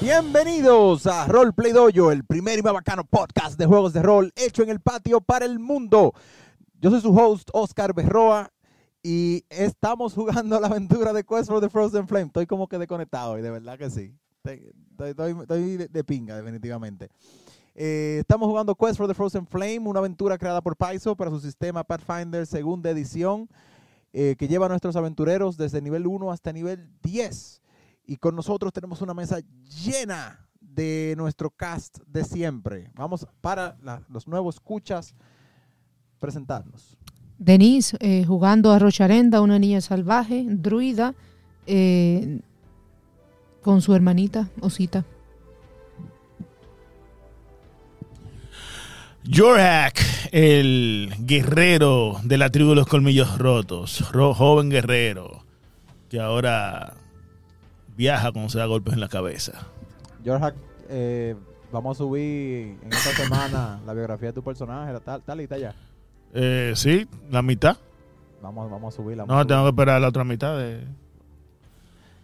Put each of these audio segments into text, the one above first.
Bienvenidos a Roleplay Dojo, el primer y más bacano podcast de juegos de rol hecho en el patio para el mundo. Yo soy su host, Oscar Berroa, y estamos jugando la aventura de Quest for the Frozen Flame. Estoy como que desconectado y de verdad que sí. Estoy, estoy- estoy de, de pinga, definitivamente. Eh, estamos jugando Quest for the Frozen Flame, una aventura creada por Paizo para su sistema Pathfinder segunda edición, eh, que lleva a nuestros aventureros desde nivel 1 hasta nivel 10. Y con nosotros tenemos una mesa llena de nuestro cast de siempre. Vamos para la- los nuevos escuchas presentarnos. Denise eh, jugando a Rocharenda, una niña salvaje, druida, eh, con su hermanita, Osita. Jorhack, el guerrero de la tribu de los colmillos rotos, ro- joven guerrero, que ahora viaja cuando se da golpes en la cabeza. George, eh, vamos a subir en esta semana la biografía de tu personaje, la tal, tal y tal ya. Eh, sí, la mitad. Vamos, vamos a subirla. vamos a No, tengo que subirla. esperar la otra mitad. De...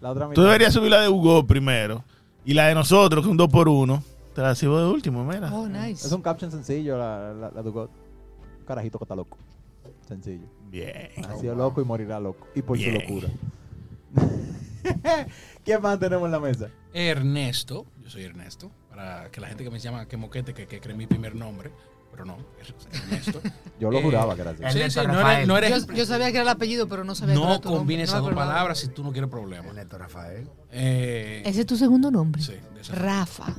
La otra mitad. Tú deberías subir la de Hugo primero y la de nosotros, que es un 2 por 1 Te la sigo de último, Ah, mira. Oh, Es nice. un caption sencillo, la, la, la de God. Un Carajito que está loco. Sencillo. Bien. Ha sido loco y morirá loco. Y por Bien. su locura. ¿Quién más tenemos en la mesa? Ernesto, yo soy Ernesto, para que la gente que me llama que moquete, que, que cree mi primer nombre, pero no, es Ernesto. Yo lo Eh, juraba, gracias. sí, Ernesto sí, no eres, Rafael. no eres- Yo, yo sabía que era el apellido, pero no sabía que no era tu nombre, combines no esas me dos acordaba. palabras si tú no quieres problemas. Ernesto Rafael. Eh, Ese es tu segundo nombre. sí, de esa- Rafa.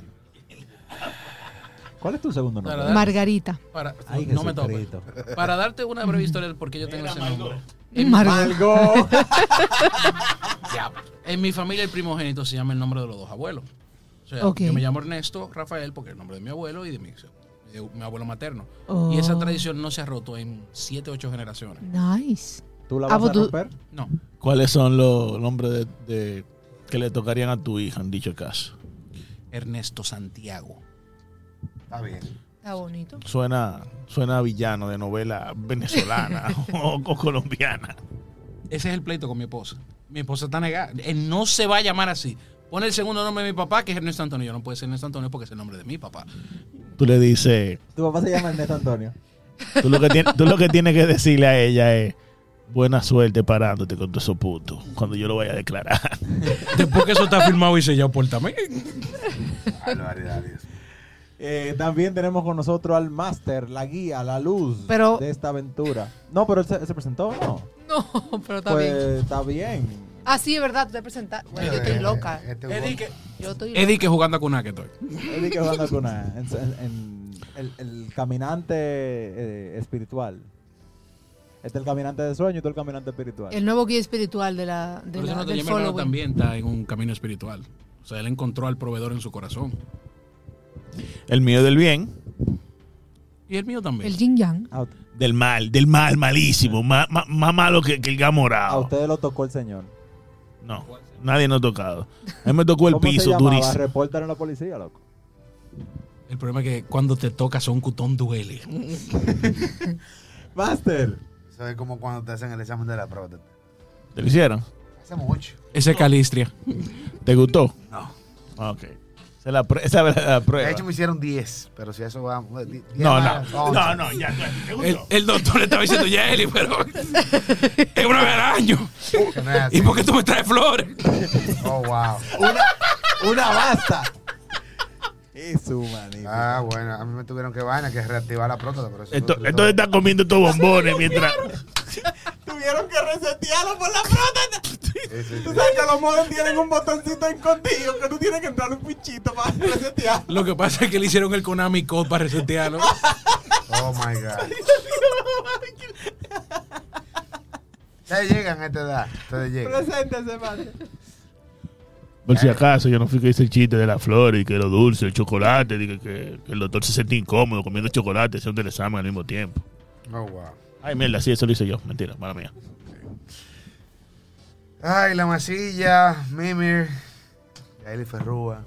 ¿Cuál es tu segundo nombre? Dale, dale. Margarita. para, Ay, no me topes. Jesucristo. Para darte una breve historia del por qué yo tengo ese nombre. Margarita. Algo. Ya, En mi familia el primogénito se llama el nombre de los dos abuelos. O sea, Ok. yo me llamo Ernesto Rafael porque es el nombre de mi abuelo y de mi, de mi abuelo materno. Y esa Oh. tradición no se ha roto en siete, ocho generaciones. Nice. ¿Tú la Ah, vas pues a tú- romper? No. ¿Cuáles son los nombres de, de- que le tocarían a tu hija en dicho caso? Ernesto Santiago. Está bien. Está bonito. Suena, suena a villano de novela venezolana o- o colombiana. Ese es el pleito con mi esposa. Mi esposa está negada. Él no se va a llamar así. Pone el segundo nombre de mi papá, que es Ernesto Antonio. Yo no puede ser Ernesto Antonio porque es el nombre de mi papá. Tú le dices, Tu papá se llama Ernesto Antonio. tú lo que tienes, tú lo que, tienes que decirle a ella es buena suerte parándote con todos esos putos cuando yo lo vaya a declarar. Después que eso está firmado y sellado por también. Barbaridades. Eh, también tenemos con nosotros al máster, la guía, la luz Pero- de esta aventura. No, pero él se, se presentó, ¿no? No, pero está pues bien. está bien. Ah, sí, es verdad, te presentar. Bueno, yo estoy loca. Eddie que, Yo estoy loca. Eddie que jugando a Kuná que estoy. Él dice que jugando con una- en- en- el, el caminante eh, espiritual. Este es el caminante de sueño y tú el caminante espiritual. El nuevo guía espiritual de la, de Por la- eso no te del llamo, hermano following. también está en un camino espiritual. O sea, él encontró al proveedor en su corazón. El mío del bien, Y el mío también. El yin yang. A, del mal, del mal, malísimo, ma- ma- más, malo que, que el a gamorado. ustedes lo tocó el señor. No, nadie nos ha tocado. A mí me tocó el ¿Cómo se piso llamaba? durísimo. Repórtalo a la policía, loco. El problema es que cuando te tocas a un cutón duele. Master. Eso es como cuando te hacen el examen de la próstata. ¿Te lo hicieron? Hacemos ocho. Ese es calistria. ¿Te gustó? No. Ah, Ok. Esa es la, prue- esa es la De hecho, prueba. me hicieron diez, pero si eso va. di- diez No, más, no, once. no, no, ya, ¿te El, gustó? el doctor le estaba diciendo ya Eli, pero es una vez al año. Que no es así. ¿Y por qué tú me traes flores? Oh, wow. Una, una basta. Eso, manito. Ah, bueno, a mí me tuvieron que vaina, que reactivar la próstata. Pero eso Esto- no- Entonces están comiendo estos bombones mientras... Tuvieron que resetearlo por la próstata. Sí, sí, Tú sí. sabes que los modems tienen un botoncito escondido que tú tienes que entrar un pinchito para resetear. Lo que pasa es que le hicieron el Konami Code para resetearlo. Oh, my God. Ustedes llegan a esta edad. Ustedes llegan. Preséntese, madre. Por si acaso, yo no fui que hice el chiste de la flor y que lo dulce, el chocolate, dije que, que el doctor se sentía incómodo comiendo chocolate haciendo el examen al mismo tiempo. Oh, wow. Ay, mierda, sí, eso lo hice yo. Mentira, mala mía. Ay, la masilla, Mimir, Yaeli Ferrúa,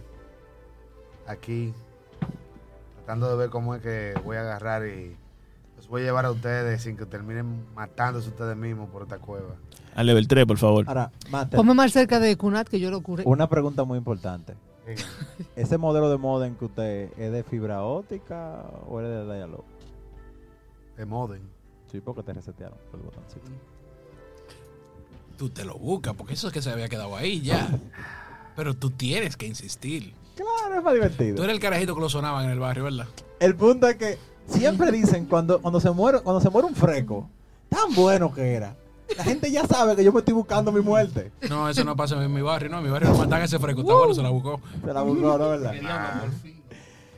aquí, tratando de ver cómo es que voy a agarrar y los voy a llevar a ustedes sin que terminen matándose ustedes mismos por esta cueva. Al level 3, por favor. Ahora, Master, Ponme más cerca de Kunat que yo lo cure. una pregunta muy importante. Digan. ¿Ese modelo de modem que usted es de fibra óptica o es de dialog? De modem. Sí, porque te resetearon por el botoncito. Tú te lo buscas, porque eso es que se había quedado ahí ya. Pero tú tienes que insistir. Claro, es más Tú divertido. eres el carajito que lo sonaban en el barrio, ¿verdad? El punto es que siempre dicen cuando, cuando, se muere, cuando se muere un freco, tan bueno que era. La gente ya sabe que yo me estoy buscando mi muerte. No, eso no pasa en mi barrio, no. En mi barrio no matan a ese fresco. Está bueno, se la buscó. Se la buscó, ¿no? ¿Verdad?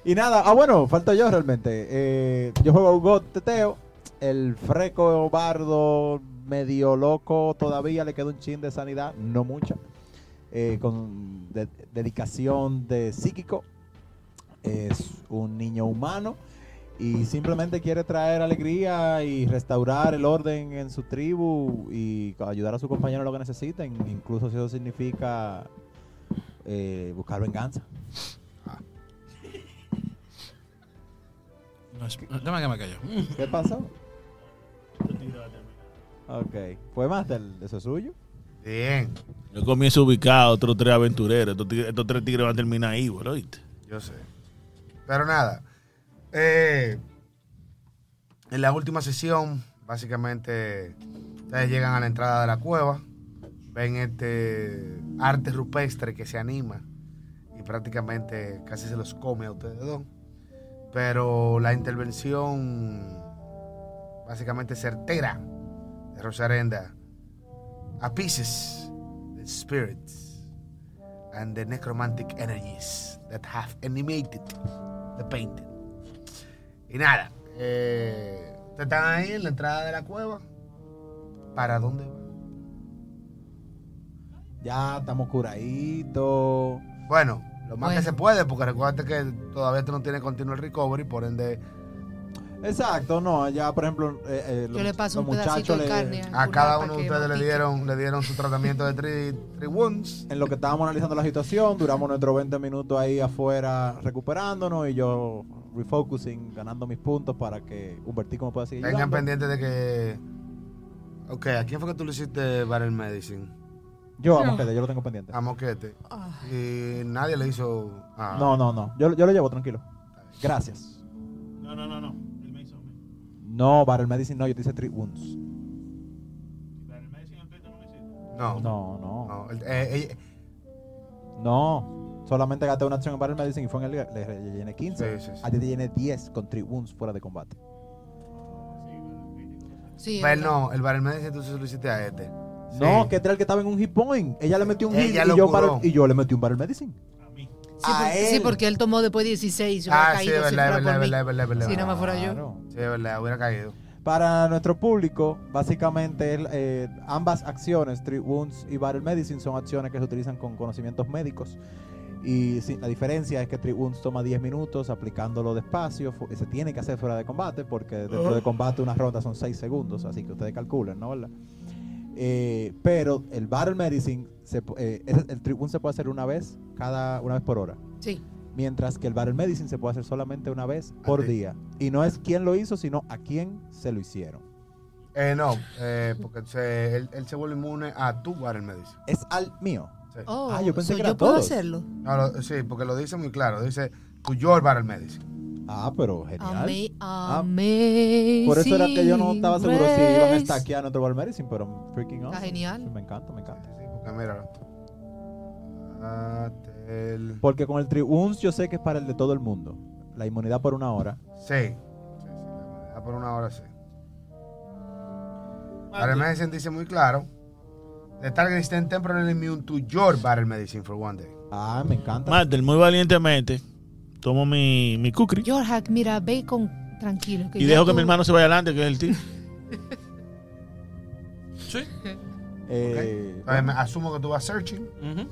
Y nada, ah bueno, falto yo realmente. Eh, yo juego a Hugo Teteo, el freco bardo medio loco todavía, le queda un chin de sanidad, no mucha, eh, con de- dedicación de psíquico, es un niño humano y simplemente quiere traer alegría y restaurar el orden en su tribu y ayudar a sus compañeros en lo que necesiten, incluso si eso significa eh, buscar venganza. No, es- dame que me cayó. ¿Qué pasó? Ok. Pues Master, eso es suyo. Bien. Yo comienzo ubicado, otros tres aventureros. Estos, tigres- estos tres tigres van a terminar ahí, boludo. ¿oíste? Yo sé. Pero nada. eh, en la última sesión, básicamente, ustedes llegan a la entrada de la cueva, ven este arte rupestre que se anima y prácticamente casi se los come a ustedes dos. Pero la intervención básicamente certera de Rosarenda a pieces the spirits and the necromantic energies that have animated the painting. Y nada, eh, ustedes están ahí en la entrada de la cueva. ¿Para dónde van? Ya estamos curaditos. Bueno, lo más Bueno. que se puede, porque recuerda que todavía tú no tienes continuo el recovery, por ende, Exacto, no. Ya, por ejemplo, eh, eh, los, Yo le paso los un pedacito muchachos de le- carne. al a Gulab cada para uno de que ustedes le matique. dieron, le dieron su tratamiento de three, three wounds. En lo que estábamos analizando la situación, duramos nuestros 20 minutos ahí afuera recuperándonos y yo refocusing, ganando mis puntos para que Humbertico me pueda seguir Tengan ayudando. pendiente de que. Ok, ¿a quién fue que tú le hiciste Battle Medicine? Yo, vamos, que yo lo tengo pendiente. A Moquete. Ah, Y nadie le hizo. ah. No, no, no. Yo, yo lo llevo, tranquilo. Gracias. No, no, no, no. Él me hizo. No, Battle Medicine, no. Yo te hice Three Wounds. No, No. no. No, el- eh, ella- No, solamente gasté una acción en Battle Medicine y fue en el le, le llené 15. Sí, sí, sí. A ti te llené 10 con 3 wounds fuera de combate. sí, pero es verdad. Pues no, el Battle Medicine tú se lo hiciste a este. Sí. No, que era el que estaba en un hit point. Ella le metió un hit Ella y lo yo, curó. Battle- y yo le metí un Battle Medicine. Sí, a porque, él. sí, porque él tomó después 16. hubiera Ah, sí, caído es si verdad, es fuera por verdad, es mí. verdad, es verdad, es verdad. Si no me fuera yo. Claro. Sí, es verdad, hubiera caído. Para nuestro público, básicamente el- eh, ambas acciones, Three Wounds y Battle Medicine, son acciones que se utilizan con conocimientos médicos. Y sí, la diferencia es que Three Wounds toma 10 minutos aplicándolo despacio. fu- Se tiene que hacer fuera de combate porque dentro de combate unas rondas son 6 segundos, así que ustedes calculen, ¿no? ¿Verdad? Eh, pero el Battle Medicine, se pu- eh, ese- el Three Wounds se puede hacer una vez, cada una vez por hora. Sí. Mientras que el Battle Medicine se puede hacer solamente una vez por Así. día. Y no es quién lo hizo, sino a quién se lo hicieron. Eh, no, eh, porque se- él, él se vuelve inmune a tu Battle Medicine. Es al mío. Sí. Oh, Ah, yo pensé so que era yo puedo todos. hacerlo. No, lo- sí, porque lo dice muy claro. Dice tuyo el Battle Medicine. Ah, pero genial. Ah. Amé, amazing Por eso era que yo no estaba seguro si iban a grace. stackear nuestro Battle Medicine, pero freaking awesome. genial. Me encanta, me encanta. Sí, porque míralo. Atel- Porque con el Triuns yo sé que es para el de todo el mundo. La inmunidad por una hora. Sí. Sí, sí, la deja por una hora sí. Battle Medicine dice muy claro. The target is then temporarily immune to your Battle Medicine for one day. Ah, me encanta. Martel, muy valientemente, tomo mi, mi kukri George Hack, mira, ve con tranquilo. y ya dejo que tú- mi hermano se vaya adelante, que es el tío. Sí. Eh, Entonces, me- Em, asumo que tú vas searching. Ujú.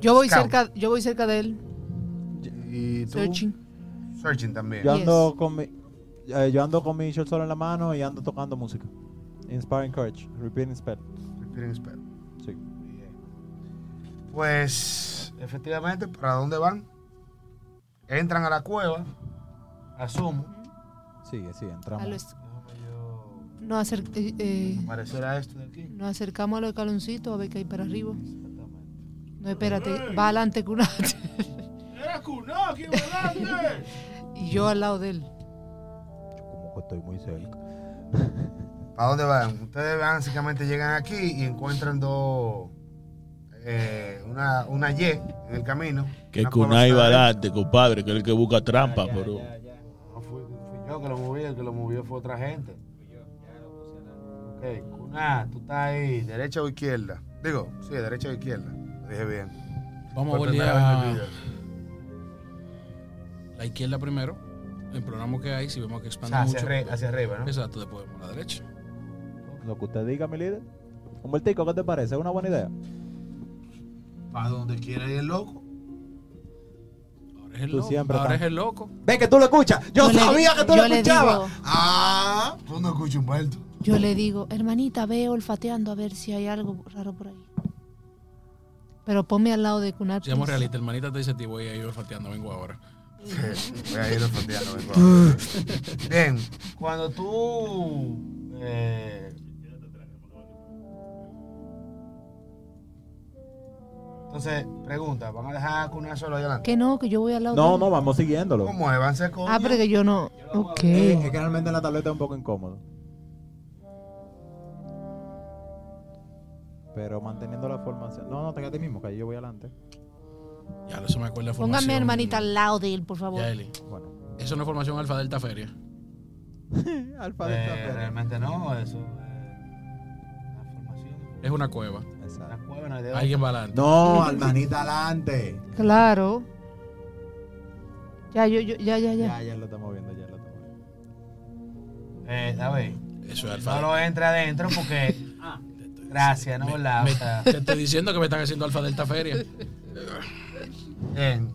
Yo voy, Scout. cerca, yo voy cerca de él. Y tú. Searching. Searching también. yo, ando Yes. con mi, eh, yo ando con mi short solo en la mano y ando tocando música. Inspiring Courage, Repeating Spell. Repeating spell. Sí. Pues, efectivamente, ¿para dónde van? Entran a la cueva. Asumo. Sigue, sí, A entramos. los- Déjame yo nos, acer- eh, eh, aparecer a esto de aquí. nos acercamos a los escaloncitos a ver qué hay para arriba. Exactamente. No, espérate, va adelante Kunat. ¡Era Kunaki, adelante! y yo al lado de él. Como que estoy muy cerca. ¿Para dónde van? Ustedes básicamente llegan aquí y encuentran dos. eh, una, una Y en el camino. Que Una Kunai va población. adelante, compadre, que es el que busca trampa, pero. No fui, fui yo que lo moví, el que lo movió fue otra gente. Ok, Cuna, tú estás ahí. ¿Derecha o izquierda? Digo, sí, derecha o izquierda. Lo dije bien. Vamos a Por volver primera vez en mi a vida. la izquierda primero. El programa que hay, si vemos que O expande sea, hacia, mucho. arri- hacia arriba, Ah, ¿no? Exacto, después vamos a la derecha. Lo que usted diga, mi líder. Humbertico, ¿qué te parece? ¿Es una buena idea? Para donde quiera ir el loco. Ahora es el Tú loco. siempre Ahora estás- es el loco. Ve que tú lo escuchas. Yo, Yo le- sabía que tú lo yo le escuchabas. digo- Ah, tú no escuchas Humberto. Yo le digo, hermanita, ve olfateando a ver si hay algo raro por ahí. Pero ponme al lado de pues. Kunal. Seamos please. realistas, hermanita te dice, te voy a ir olfateando, vengo ahora. Voy a ir respondiendo. vengo. Bien, cuando tú. eh, entonces, pregunta, ¿van a dejar a Cuna solo ahí adelante? Que no, que yo voy al lado de No, él. no, vamos siguiéndolo. ¿Cómo avance Eh, con.? Ah, pero que yo no. Ok. Eh, es que realmente en la tableta es un poco incómodo. Pero manteniendo la formación. No, no, te quédate mismo, que ahí yo voy adelante. Ya, eso me acuerda de formación. Póngame hermanita al lado de él, por favor. Yaeli, Bueno. Eso no es formación alfa delta feria. Alfa de Eh, realmente no, eso. eh, la formación. Es una cueva. Una cueva, no hay de otra. Alguien va adelante. No, almanita adelante. Claro. Ya, yo, yo- ya, ya, ya. Ya, ya lo estamos viendo, ya lo estamos viendo. Eh, a ver, Eso es alfa no lo entra adentro porque. Gracias, no la. o sea, Te estoy diciendo que me están haciendo alfa delta feria. Bien.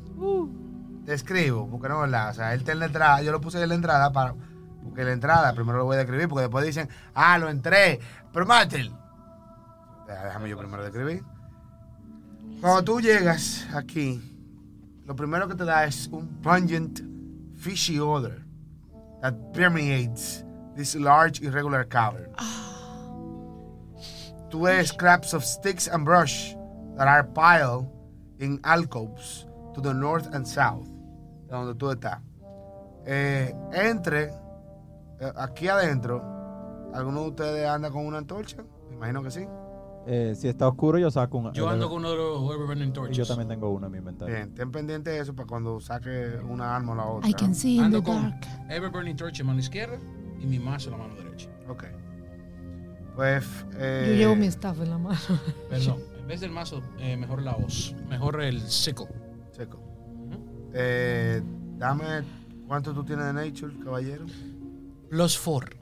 Describo, porque no, la, o sea, él está en la entrada, yo lo puse en la entrada para, porque la entrada, primero lo voy a describir, porque después dicen, ah, lo entré, pero Martel. Ah, Déjame yo primero describir. Cuando tú llegas aquí, lo primero que te da es un pungent, fishy odor that permeates this large irregular cavern. Tú ves scraps of sticks and brush that are piled in alcoves to the north and south, de donde tú estás. Eh, entre, eh, aquí adentro, ¿alguno de ustedes anda con una antorcha? Me imagino que sí. Eh, si está oscuro, yo saco un. eh, Yo ando Eh. con uno de los Whoever Burning Y Torches. Yo también tengo uno en mi inventario. Bien, ten pendiente de eso para cuando saque una arma o la otra. I can see in the Ando con dark. Ever Burning Torch en mano izquierda y mi mazo en la mano derecha. Ok. Pues. eh, Yo llevo mi estafa en la mano. Perdón, en vez del mazo, eh, mejor la hoz. Mejor el seco. Seco. Eh, dame. ¿Cuánto tú tienes de Nature, caballero? Los four.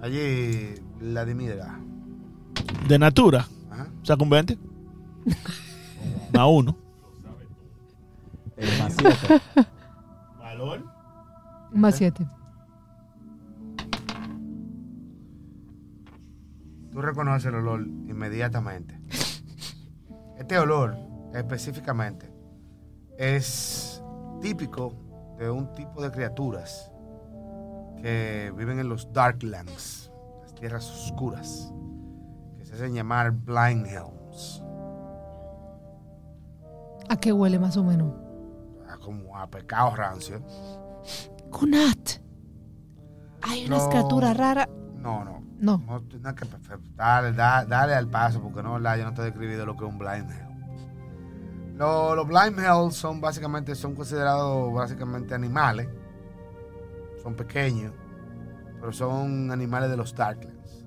Allí, Vladimir. De natura, Ajá. saca un 20. Más uno. El más siete. Valor. Más siete. Tú reconoces el olor inmediatamente. Este olor, específicamente, es típico de un tipo de criaturas que viven en los Darklands, las tierras oscuras, que se hacen llamar Blind Helms, ¿A qué huele más o menos? ah, como a pecado rancio. Kunat. Hay una No. escritura rara. No, no, No. no, tú no que, dale, da- dale al paso, porque no, la, yo no te he describido lo que es un blind hell. Lo- los blind hell son básicamente, son considerados básicamente animales. Son pequeños, pero son animales de los Darklands.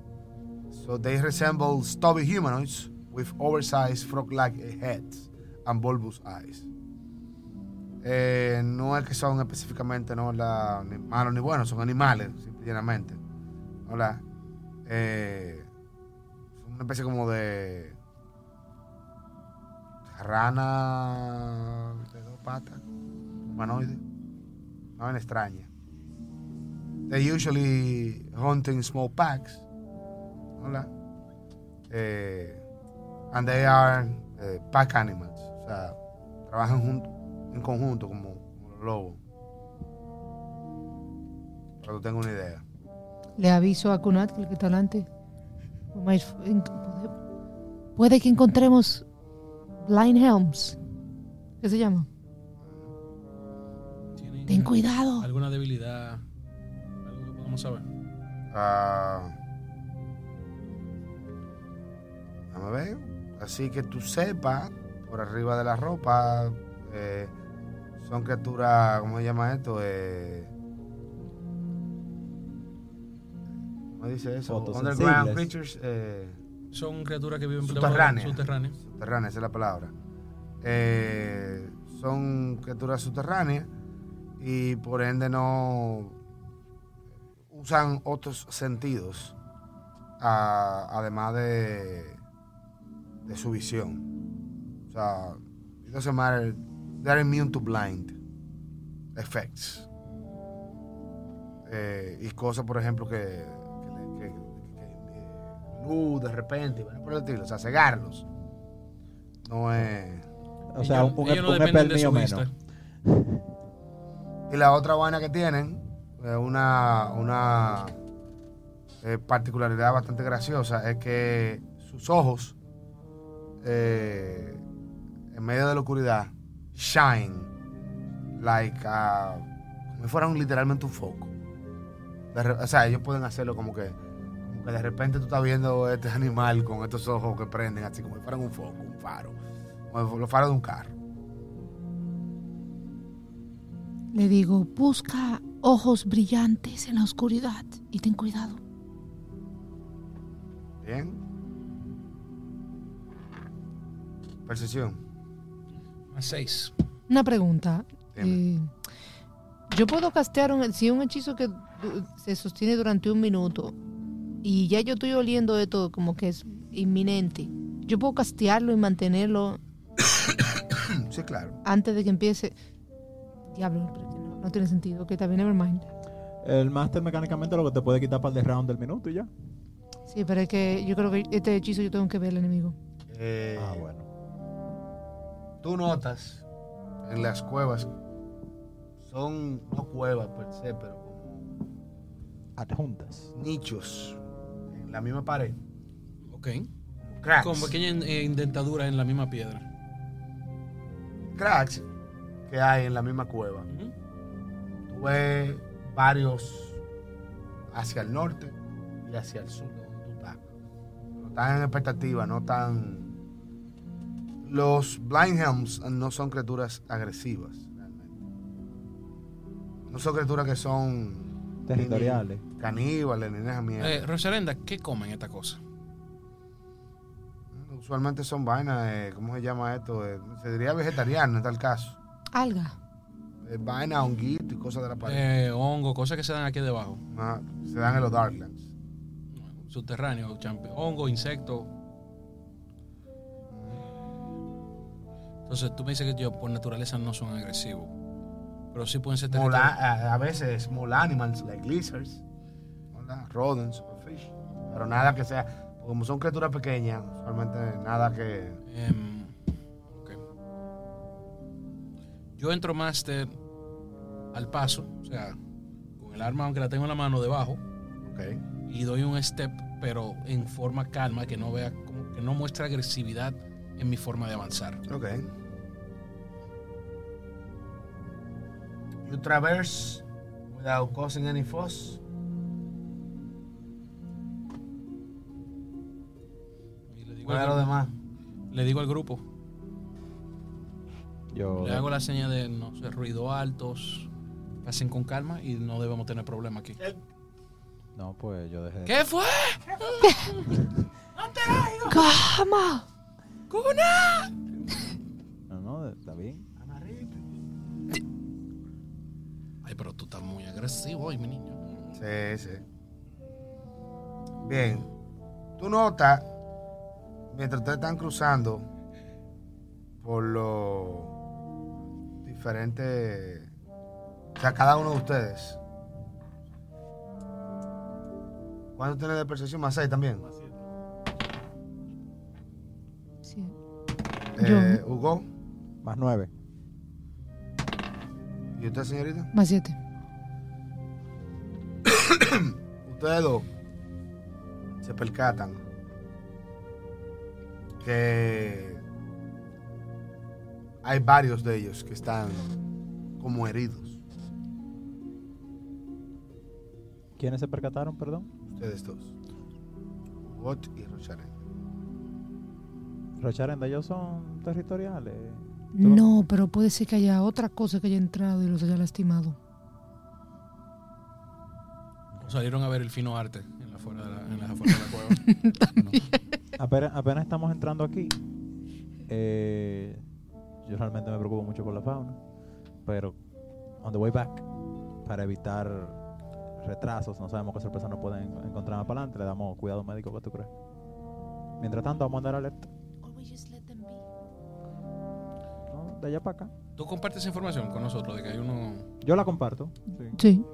So they resemble stubby humanoids with oversized frog-like heads and bulbous eyes. Eh, no es que son específicamente no, la, ni malos ni buenos, son animales, simplemente. Hola. Eh, una especie como de rana de dos patas, humanoide. Una vaina extraña. They usually hunt in small packs. Hola. Eh, and they are eh, pack animals. O sea, trabajan junto, en conjunto como, como los lobos. Para que tú tengas una idea. Le aviso a Kunat, que el que está delante. Podemos- Puede que encontremos Blind Helms. ¿Qué se llama? ¿Tienen Ten cuidado. ¿Alguna debilidad? ¿Algo que podamos saber? Ah. a ver. Así que tú sepas, por arriba de la ropa, eh, son criaturas, ¿cómo se llama esto? Eh, ¿Cómo dice eso? Fotosensibles. Underground creatures. eh, Son criaturas que viven debajo de- Subterráneas. subterráneas. subterráneas, esa es la palabra. Eh, son criaturas subterráneas y por ende no usan otros sentidos, a- además de, de su visión. O sea, it doesn't matter, they're immune to blind effects. Eh, y cosas, por ejemplo, que, que, que- que- luz de repente, bueno, por el estilo, o sea, cegarlos. No es. O sea, un, Ellos- un, e- ellos no un dependen Apple de mío su menos. vista. Y la otra vaina que tienen, eh, una, una eh, particularidad bastante graciosa, es que sus ojos, eh, en medio de la oscuridad, shine like a- como si fueran literalmente un foco. De re- o sea, ellos pueden hacerlo como que, como que de repente tú estás viendo este animal con estos ojos que prenden, así como si fueran un foco, un faro, como los faros de un carro. Le digo, busca ojos brillantes en la oscuridad y ten cuidado. Bien. Percepción. Más seis. Una pregunta. Dime. eh, yo puedo castear un, si un hechizo que du- se sostiene durante un minuto y ya yo estoy oliendo de todo, como que es inminente. Yo puedo castearlo y mantenerlo Sí, claro. antes de que empiece. Diablo, pero no, no tiene sentido. Que también, nevermind. El Master mecánicamente lo que te puede quitar para el de round del minuto y ya. Sí, pero es que yo creo que este hechizo yo tengo que ver al enemigo. Eh, Ah, bueno. Tú notas en las cuevas, son no cuevas per se, pero como Adjuntas. nichos en la misma pared, Ok. como cracks. Con pequeña eh, indentadura en la misma piedra. Cracks que hay en la misma cueva. Ujú. Tú ves varios hacia el norte y hacia el sur de donde tú estás. No están en expectativa, no tan. Los Blind Helms no son criaturas agresivas, realmente. No son criaturas que son. Territoriales. ni- ni Caníbales, ni nada mierda. Eh, Rosalenda, ¿qué comen esta cosa? Usualmente son vainas, eh, ¿cómo se llama esto? Eh, se diría vegetariano en tal caso. Alga. Eh, vaina, honguito y cosas de la pared. Eh, hongo, cosas que se dan aquí debajo. Ah, se dan en los Darklands. Subterráneo, champe- hongo, insecto. Entonces tú me dices que yo por naturaleza no son agresivos. Pero sí pueden ser Small territoriales. a, a veces small animals like lizards, ¿verdad? rodents, or fish. Pero nada que sea, como son criaturas pequeñas, usualmente nada que. Em, ok. Yo entro master al paso, o sea, con el arma aunque la tengo en la mano debajo Ok. y doy un step, pero en forma calma que no vea, como que no muestra agresividad en mi forma de avanzar. Ok. You traverse without causing any fuss. Y le digo, Igual a al, los demás. le digo al grupo, Yo. le hago la señal de no sé, ruido altos, pasen con calma y no debemos tener problema aquí. No, pues yo dejé. de- ¿Qué fue? ¡Cama! No, no, está bien. Ay, pero tú estás muy agresivo hoy, mi niño. Sí, sí. Bien. Tú notas, mientras ustedes están cruzando por los diferentes. O sea, cada uno de ustedes. ¿Cuánto tiene de percepción? Más 6 también. Sí. Eh, Hugo, Más nueve. ¿y usted, señorita? Más siete. ustedes dos se percatan que hay varios de ellos que están como heridos, ¿Quiénes se percataron, perdón? ustedes dos. Watt y Rocharen. Rocharenda, ellos son territoriales. No, pero puede ser que haya otra cosa que haya entrado y los haya lastimado. Salieron a ver el fino arte en la fuera de la, en las afueras de la cueva. Apenas, apenas estamos entrando aquí. Eh, yo realmente me preocupo mucho por la fauna. Pero on the way back, para evitar retrasos, no sabemos qué sorpresa nos pueden en- encontrar más para adelante. Le damos cuidado médico, ¿qué tú crees? Mientras tanto, vamos a andar alerta. ¿no? De allá para acá. Tú compartes esa información con nosotros de que hay uno. Yo la comparto. sí. Sí.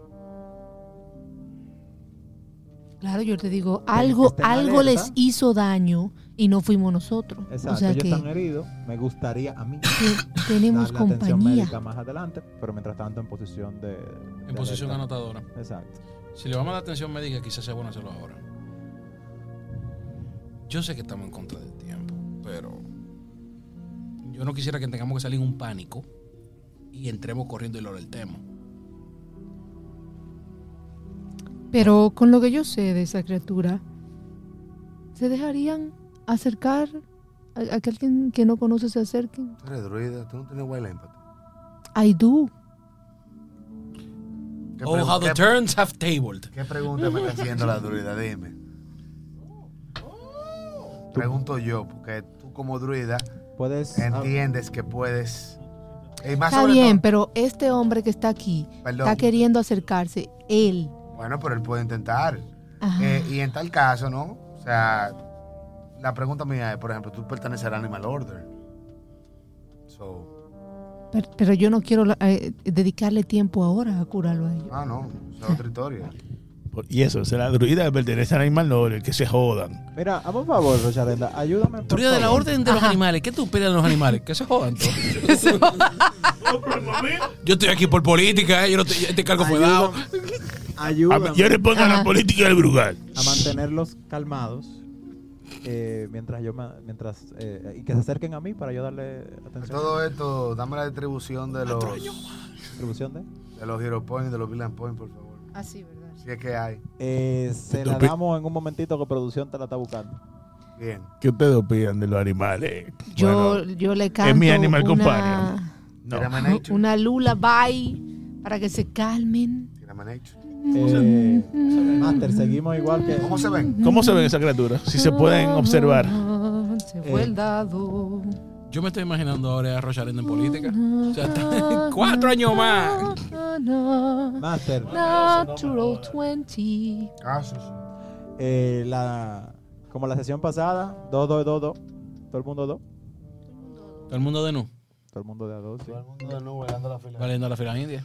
Claro, yo te digo, algo, estén algo alerta. les hizo daño y no fuimos nosotros. Exacto, o sea ellos que, están heridos. Me gustaría a mí que tenemos darle atención médica compañía. más adelante, pero mientras tanto en posición de. de En posición alerta. anotadora. Exacto. Si le vamos a dar atención médica, quizás sea bueno hacerlo ahora. Yo sé que estamos en contra del tiempo, pero yo no quisiera que tengamos que salir en un pánico y entremos corriendo y lo del tema. Pero con lo que yo sé de esa criatura, ¿se dejarían acercar a, a que alguien que no conoce se acerquen? Tú eres druida, tú no tienes wild empathy. I do. ¿Qué, Oh, pregun- how the qué- turns have tabled. qué pregunta me está haciendo la druida? Dime. Pregunto yo, porque tú como druida Puedes. ah, entiendes que puedes... Y Ah, más Está sobre bien, todo- pero este hombre que está aquí Perdón. está queriendo acercarse. Él. Bueno, pero él puede intentar. Ajá. Eh, y en tal caso, ¿no? O sea, la pregunta mía es, por ejemplo, tú perteneces al Animal Order. So, Pero, pero yo no quiero la- eh, dedicarle tiempo ahora a curarlo a ellos. ah, no, esa es otra historia. Por- Y eso, será druida pertenece al animal noble, que se jodan. Mira, hazme un favor, Rocharenda. Ayúdame. por Teoría de la favor. orden de los animales. ¿Qué tú peleas de los animales? Que se jodan todos. yo estoy aquí por política, ¿eh? yo no te- este cargo fue dado. Ayúdame. Ah, A- Yo respondo a Ajá. la política del brugal. a mantenerlos calmados eh, mientras yo me- mientras eh, y que se acerquen a mí para yo darle Por atención todo esto, dame la distribución de los, de distribución de los Hero Points, de los Villain Points, por favor. Así, Ah, ¿verdad? Si es que hay. Eh, se la damos en un momentito que producción te la está buscando Bien. ¿Qué ustedes opinan de los animales? Yo, Bueno, yo le canto mi animal companion. una, no. Tírame Nature. una lullaby para que se calmen. Tírame Nature. Eh, Master seguimos igual que ¿Cómo se ven? ¿Cómo se ven esas criaturas? Si se pueden observar. Eh. Se fue el dado. Yo me estoy imaginando ahora a Rocharendo en política. O sea, está- cuatro años más. Master Natural 20. Ah, sí, sí. eh, la como la sesión pasada dos dos dos dos todo el mundo dos Todo el mundo de nu, todo el mundo de a dos sí. Todo el mundo de nuevo bailando la fila. valiendo la fila india.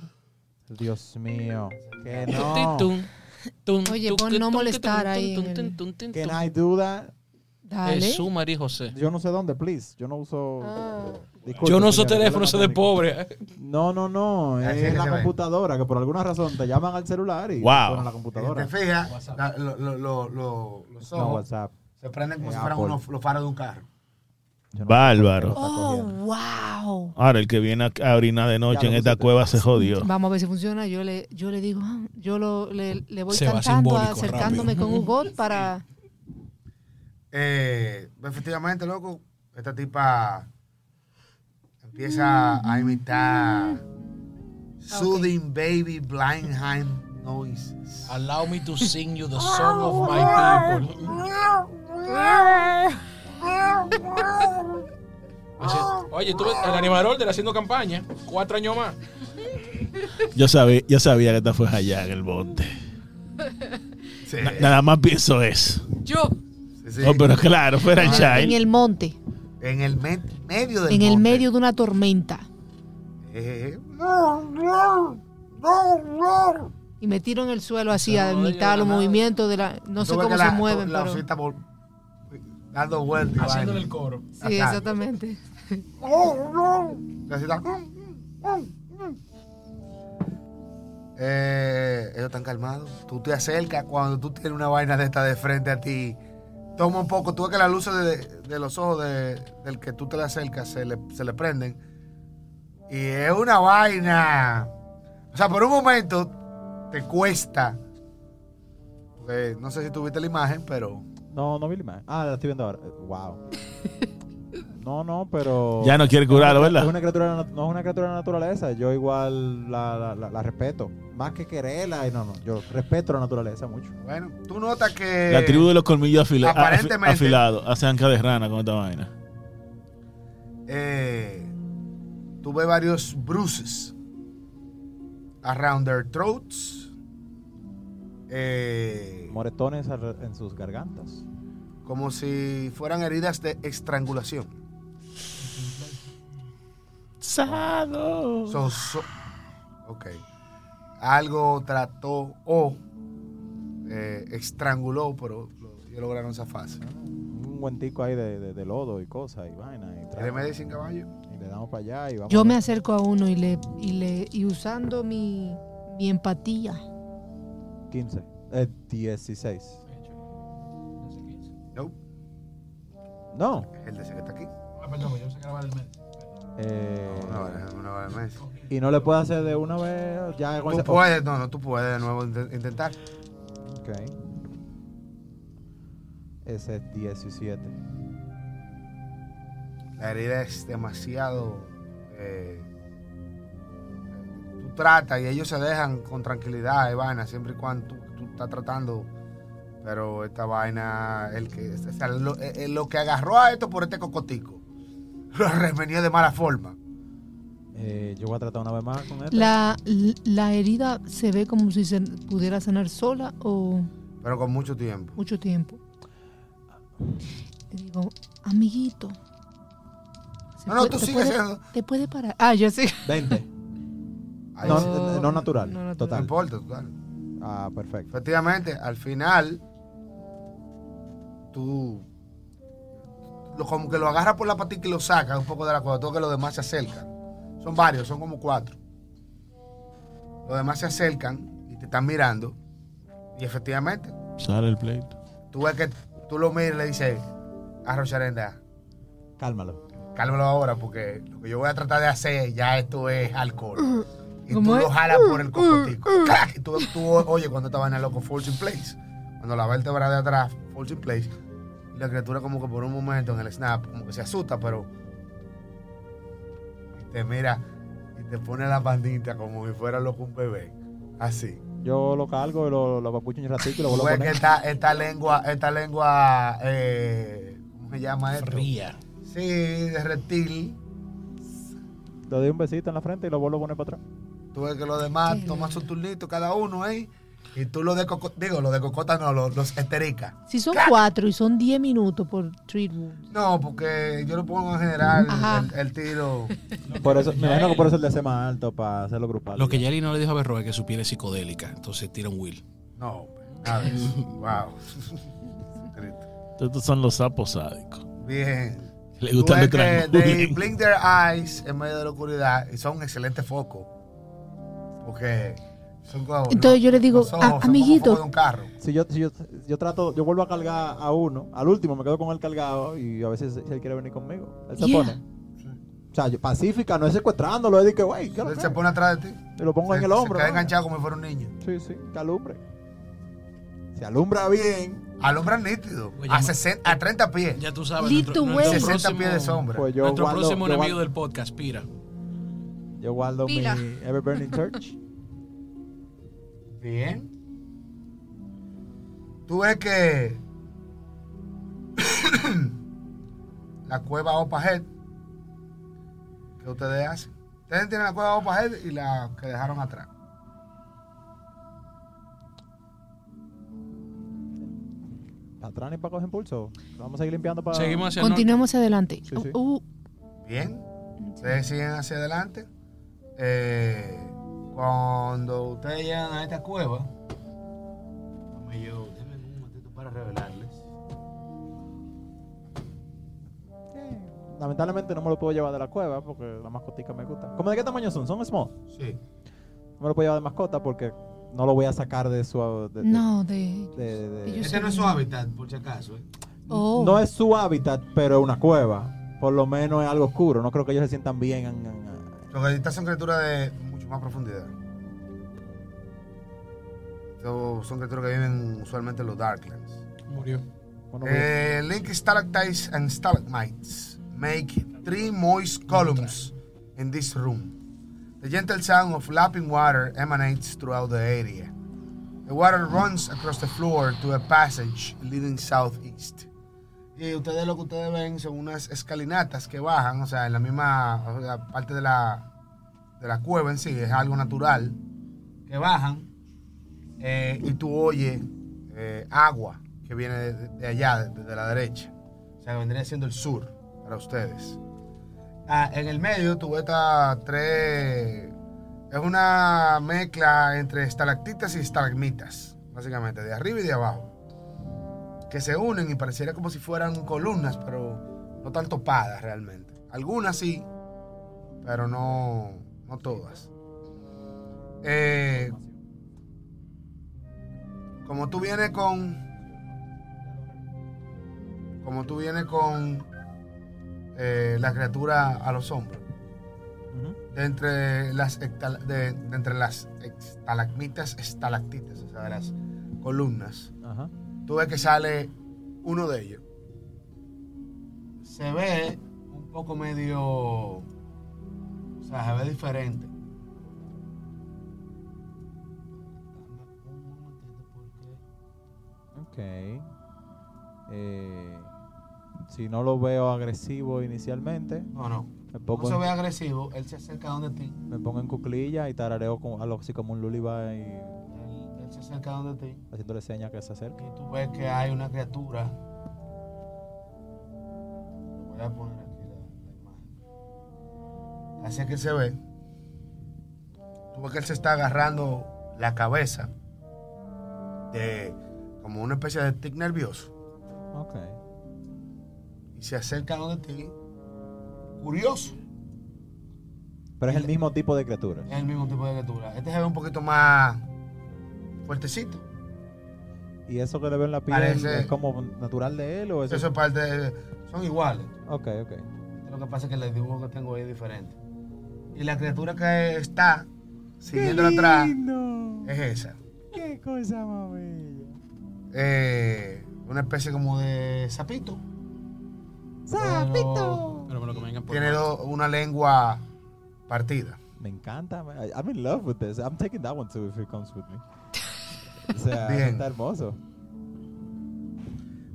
Dios mío que Tin, no tun, tun, Oye, tun, pon tun, no tun, molestar tun, ahí tun, en tun, el- tun, tun, que tun. no hay duda Dale. Jesús, María y José. yo no sé dónde please yo no uso Ah. Disculpe, Yo no uso señora, teléfono, problema soy de técnico. pobre. No, no, no. Así Es es que la se ve. computadora que por alguna razón te llaman al celular y Wow. te ponen la Si computadora. te fijas, la- lo- lo- lo- lo- los No, ojos WhatsApp. se prenden como Eh, si fueran Apple. unos- los faros de un carro. Yo no- Bárbaro. está Oh, cogiendo. wow. Ahora, el que viene a- a orinar de Ya noche en lo esta pusiste. cueva se jodió. Vamos a ver si funciona. Yo le, yo le digo, ah, yo lo, le, le voy Se va cantando, simbólico, acercándome rápido. con un bot para. Eh, efectivamente, loco, esta tipa empieza a imitar Soothing Baby Blindheim Noises. Allow me to sing you the Ah, song of my people. Así- Oye, tú ves, el animal order haciendo campaña. Cuatro años más. Yo sabía, yo sabía que esta fue allá en el bote. Sí, Na- nada más pienso eso. Yo. sí, sí. No, pero claro, fuera el Ah, En child. el monte, En el me- medio del en el monte. medio de una tormenta. Eh, Y me tiro en el suelo así, No, a no llega mitad de los nada. movimientos de la. No sé tú ves cómo que se la- mueven, la pero. osita vol- dando vueltas. y Haciéndole vaina. el coro. Sí, Ajá. exactamente. La osita, Eh, ellos están calmados. Tú te acercas cuando tú tienes una vaina de esta de frente a ti. toma un poco. Tú ves que las luces de, de los ojos de- del que tú te le acercas se le, se le prenden. Y es una vaina. O sea, por un momento te cuesta. Porque no sé si tuviste la imagen, pero. No, no vi la imagen. Ah, la estoy viendo ahora. Wow. No, no, pero. Ya no quiere curarlo, Es ¿verdad? una criatura, nat- no es una criatura de la naturaleza. Yo igual la, la- la- la respeto. Más que quererla. y No, no. Yo respeto la naturaleza mucho. Bueno, tú notas que. La tribu de los colmillos afila- a- afi- aparentemente- afilados. Hace anca de rana con esta vaina. eh, tuve varios bruises around their throats. Eh, Moretones al- en sus gargantas. como si fueran heridas de estrangulación. Sado. So- so- ok. Algo trató o eh, estranguló, pero lo- ellos lograron esa fase. Un guantico ahí de, de- de lodo y cosas y vaina. Y, ¿Tiene trago. medicine caballo? y le damos para allá y vamos. Yo a me ver. acerco a uno y le y le y usando mi, mi empatía. 15. Eh, 16. No. No. El de ese que está aquí. Eh, Una vara, una vara al mes. y no le puedo hacer de una vez. Ya con Tú ese- puedes, no, no, tú puedes de nuevo inten- intentar. Ok. Ese es 17. La herida es demasiado. eh, tú tratas y ellos se dejan con tranquilidad, Ivana, siempre y cuando tú, tú estás tratando. Pero esta vaina, el que, o sea, lo, eh, eh, lo que agarró a esto por este cocotico, lo remenió de mala forma. Eh, yo voy a tratar una vez más con este. esto. La, la herida se ve como si se pudiera sanar sola o Pero con mucho tiempo. mucho tiempo. Le digo, amiguito. ¿se No, no, puede- tú te sigues puede- siendo- Te puede parar. Ah, yo sí. 20. Ahí No, sí, no, eh, no natural, No natural. total. importa, total. Ah, perfecto. Efectivamente, al final, tú lo- como que lo agarras por la patita y lo sacas un poco de la cosa, todo que los demás se acercan. Son varios, son como cuatro. Los demás se acercan y te están mirando. Y efectivamente, Sale el pleito. tú ves que tú lo miras y le dices a Rocharenda, Cálmalo. cálmalo ahora porque lo que yo voy a tratar de hacer ya esto es alcohol. Y tú ¿Cómo es? lo jalas por el cocotico. Clac, y tú, tú oyes cuando esta vaina loco falls in place. Cuando la vértebra de atrás falls in place. y La criatura como que por un momento en el snap como que se asusta, pero y te mira y te pone la bandita como si fuera loco un bebé. Así. Yo lo cargo y lo, lo papucho un ratito y lo Tú vuelvo a ves que poner. esta, esta lengua, esta lengua, eh, ¿cómo se llama esto? Fría. Sí, de reptil. Le doy un besito en la frente y lo vuelvo a poner para atrás. Tú ves que los demás Qué toman su turnito cada uno, ¿eh? Y tú los de coco, digo, los de cocota no, los, los esterica. Si son cuatro y son diez minutos por treat wounds. No, porque yo lo pongo en general Ajá. el, el tiro. Por eso, me imagino que por eso el de hace más alto, para hacerlo grupal. Lo que Yari no le dijo a Berro es que su piel es psicodélica. Entonces tira un Will. No, a ver. Wow. Cristo. Estos son los sapos sádicos. Bien. Le Tú gustan ves los que they trangulen. blink their eyes en medio de la oscuridad y son excelentes focos. Porque son como. Entonces yo le digo, son "Ah, ojos, son como amiguito". focos de un carro. Si yo, si yo, yo trato, yo vuelvo a cargar a uno, al último me quedo con él cargado y a veces si él quiere venir conmigo, él se Yeah. pone. O sea, yo, pacífica, no es secuestrándolo, es de que, güey, ¿qué es lo Él que se es?" pone atrás de ti. Y lo pongo Se- en el hombro. Se queda ¿no? enganchado como si fuera un niño. Sí, sí, que alumbre. Se alumbra bien, Alumbra nítido. Oye, A, ma- 60, a 30 pies. Ya tú sabes. Lead to way. 60 pies de sombra. pues yo nuestro guardo, próximo yo enemigo guardo, del podcast, Pira. yo guardo mi Pila. Ever Burning Church. Bien. Tú ves que la cueva Opahead, que ustedes hacen. Ustedes tienen la cueva Opahead y la que dejaron atrás. Para atrás ni para coger impulso. Vamos a seguir limpiando para. Seguimos hacia el Continuamos hacia adelante. Sí, sí. Uh, Bien. Ustedes siguen hacia adelante. Eh, cuando ustedes llegan a esta cueva, dame yo, denme un momentito para revelarles. Lamentablemente no me lo puedo llevar de la cueva porque las mascoticas me gustan. ¿Cómo de qué tamaño son? ¿Son small? Sí. No me lo puedo llevar de mascota porque no lo voy a sacar de su. de- de- no, de... de- de- Ellos- Este no es su hábitat, por si acaso. ¿eh? Oh. No es su hábitat, pero es una cueva. Por lo menos es algo oscuro. No creo que ellos se sientan bien. en- en- en- Los gaditas son criaturas de mucho más profundidad. Estos son criaturas que viven usualmente en los Darklands. Murió. bueno, Eh, Link stalactites and stalagmites make three moist columns in this room. The gentle sound of lapping water emanates throughout the area. The water runs across the floor to a passage leading southeast. Y ustedes lo que ustedes ven son unas escalinatas que bajan, o sea, en la misma o sea, parte de la, de la cueva en sí, es algo natural, que bajan eh, y tú oyes eh, agua que viene de, de allá, de, de la derecha. O sea, que vendría siendo el sur para ustedes. Ah, en el medio tú ves estas tres... Es una mezcla entre estalactitas y estalagmitas, básicamente, de arriba y de abajo. Que se unen y pareciera como si fueran columnas, pero no tan topadas realmente. Algunas sí, pero no, no todas. Eh, como tú vienes con. Como tú vienes con eh, la criatura a los hombros. ujú. De entre las, ectal- de, de entre las estalagmitas, estalactitas, o sea, de las columnas. Ajá. Tú ves que sale uno de ellos. Se ve un poco medio. O sea, se ve diferente. Ok. Eh, si no lo veo agresivo inicialmente, No, no. me No pongo, se ve en, agresivo, él se acerca donde ti. me pongo en cuclillas y tarareo con, algo así como un lullaby Él, él se acerca donde ti. haciéndole señas que se acerque. Y tú ves que hay una criatura. Lo voy a poner aquí la, la imagen. Así es que se ve. Tú ves que él se está agarrando la cabeza de como una especie de tic nervioso. Ok. Y se acerca donde ti. Curioso. Pero es el mismo tipo de criatura. Es el mismo tipo de criatura. Este se ve un poquito más fuertecito. ¿Y eso que le veo en la piel Parece- es como natural de él o es Eso es parte de- Son iguales. Ok, ok. Lo que pasa es que el dibujo que tengo ahí es diferente. Y la criatura que está siguiendo atrás Eh. es esa. ¡Qué cosa más bella! Eh, una especie como de sapito. Pero, pero me lo que vengan por Tiene do- una lengua partida. Me encanta. man. I- I'm in love with this. I'm taking that one too if it comes with me. O sea, Bien. está hermoso.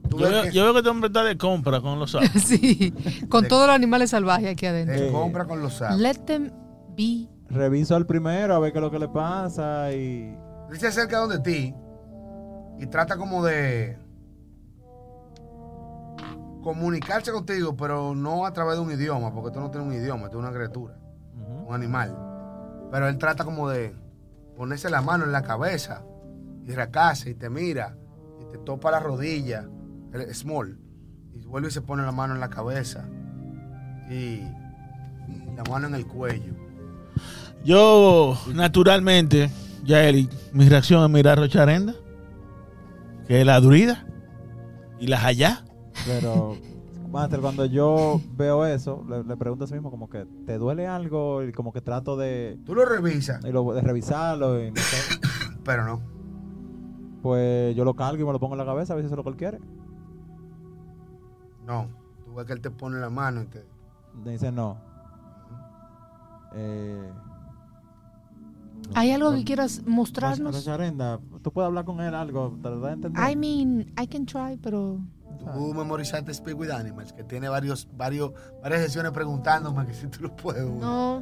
Tú Yo ves veo, que yo veo que este hombre está de compra con los sapos. sí, con todos los animales salvajes aquí adentro. te Eh, compra con los sapos. Let them be. Reviso al primero a ver qué es lo que le pasa y... Él se acerca donde ti y trata como de comunicarse contigo, pero no a través de un idioma, porque tú no tienes un idioma, tú eres una criatura. Ujú. un animal. Pero él trata como de ponerse la mano en la cabeza y recace y te mira y te topa la rodilla, el small, y vuelve y se pone la mano en la cabeza y, y la mano en el cuello. Yo, naturalmente, ya él, mi reacción es mirar a Rocharenda, que es la druida, y las allá. Pero, Master, cuando yo veo eso, le, le pregunto a sí mismo como que, ¿te duele algo? Y como que trato de, Tú lo revisas, y lo- de revisarlo y no sé. pero no. Pues yo lo cargo y me lo pongo en la cabeza a ver si eso es lo que él quiere. No. Tú ves que él te pone la mano y te... Me dice no. Eh, ¿Hay algo no- que quieras Ros- mostrarnos? Rosarenda, tú puedes hablar con él algo, tratar de entender. I mean, I can try, pero Tú memorizaste Speak with Animals, que tiene varios, varios, varias sesiones preguntándome que si tú lo puedes. no.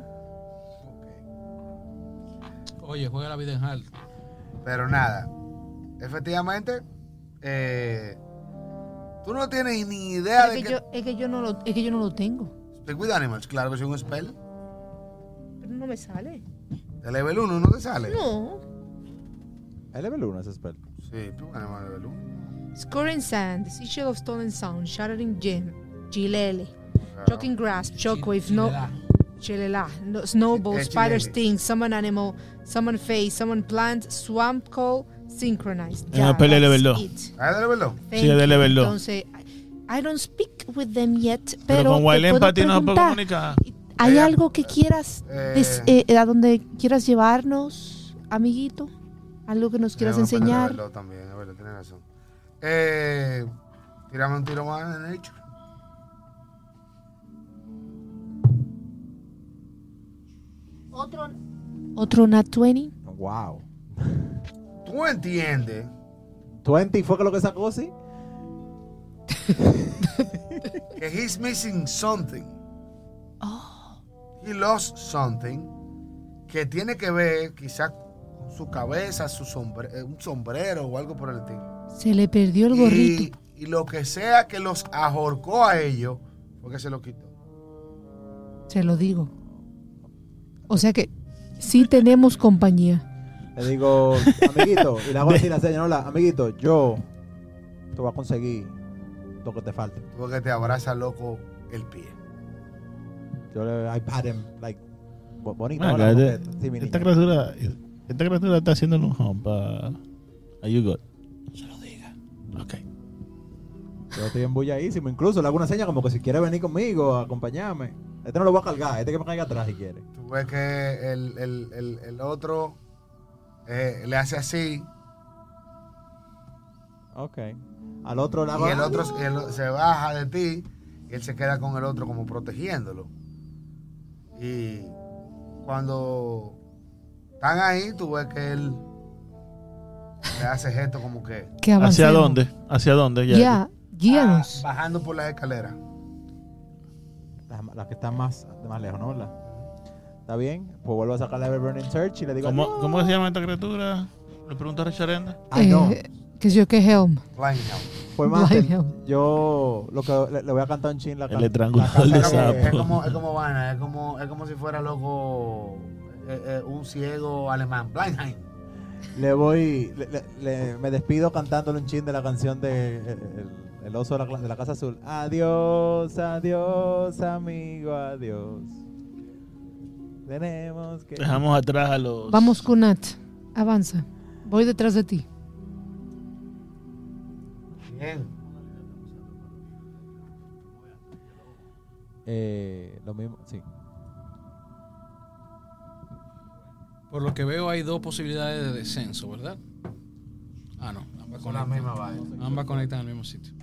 Ok. Oye, juega la vida en hard. Pero nada, efectivamente, eh, tú no tienes ni idea Es de que, que... yo, es que yo no lo, es que yo no lo tengo. Speak with Animals, claro que es un spell. Pero no me sale. De level 1 no te sale. No. Es level 1 ese spell. Sí, Speak with Animals level 1. Scoring sand, seashell of stolen sound, shattering gem, gilele, shocking grasp, shockwave, no, chilela, no, snowball, Eh, spider chilele. sting, summon animal, summon face, summon plant, swamp call, synchronized. En la pelea that's level dos. it. Ah, de level 2. Thank Sí, de you. level dos. Entonces, I don't speak with them yet, Pero, pero, con te Wild puedo Empathy no se puede preguntar, comunicar. ¿Hay Eh, algo que quieras, eh, des- eh, a donde quieras llevarnos, amiguito? ¿Algo que nos quieras Tenemos que aprender a enseñar? verlo también, es verdad, tienes razón. Eh, tírame un tiro más en Nature. Otro, otro Nat 20. Wow. Tú entiendes 20 fue que lo que sacó, sí. que he's missing something. Oh. He lost something que tiene que ver quizás con su cabeza, su sombre- eh, un sombrero o algo por el estilo. Se le perdió el gorrito. Y, y lo que sea que los ahorcó a ellos, porque se lo quitó. Se lo digo. O sea que sí tenemos compañía. Le digo, amiguito, y le hago así la señal, hola, amiguito, yo te voy a conseguir lo que te falte. Porque te abraza loco el pie. Yo le, I pat him, like, bo- bonito. Venga, hola, de- coqueta. Sí, mi este, esta, niña. criatura, esta criatura está haciendo un home para. Are you good? Se lo diga. Ok. Yo estoy embulladísimo, incluso le hago una seña como que si quiere venir conmigo, acompañarme. Este no lo voy a cargar, este que me caiga atrás si quiere. Tú ves que el, el- el- el otro eh, le hace así Ok. Al otro lado. y el otro se- el- se baja de ti y él se queda con el otro como protegiéndolo. Y cuando están ahí, tú ves que él le hace gesto como que Que ¿Hacia avancemos. dónde? ¿Hacia dónde? Ya, Ya. guíanos. ah, bajando por las escaleras. Las, las que están más, más lejos, ¿no? La- ¿Está bien? Pues vuelvo a sacar la de Burning Search y le digo. ¿Cómo, ¿Cómo se llama esta criatura? Le pregunto a Richard Enda. Ah, no. Eh, que sé yo que Helm. Blindhound. Fue más. que- Blindham. Yo lo que le, le voy a cantar un chin la can- El estrangulador la de Es canción como, que- es sapo. como, es como vaina, es como, es como si fuera loco eh, eh, un ciego alemán, Blindheim. Le voy. le- le- le- me despido cantándole un chin de la canción de. eh, El, el- el oso de la, cla- de la Casa Azul. Adiós, adiós, amigo, adiós. Tenemos que. Dejamos atrás a los. Vamos, Kunat. Avanza. Voy detrás de ti. Bien. Eh, lo mismo, sí. Por lo que veo hay dos posibilidades de descenso, ¿verdad? Ah, no. Ambas Con la conectan, misma vaina. ambas conectan al mismo sitio.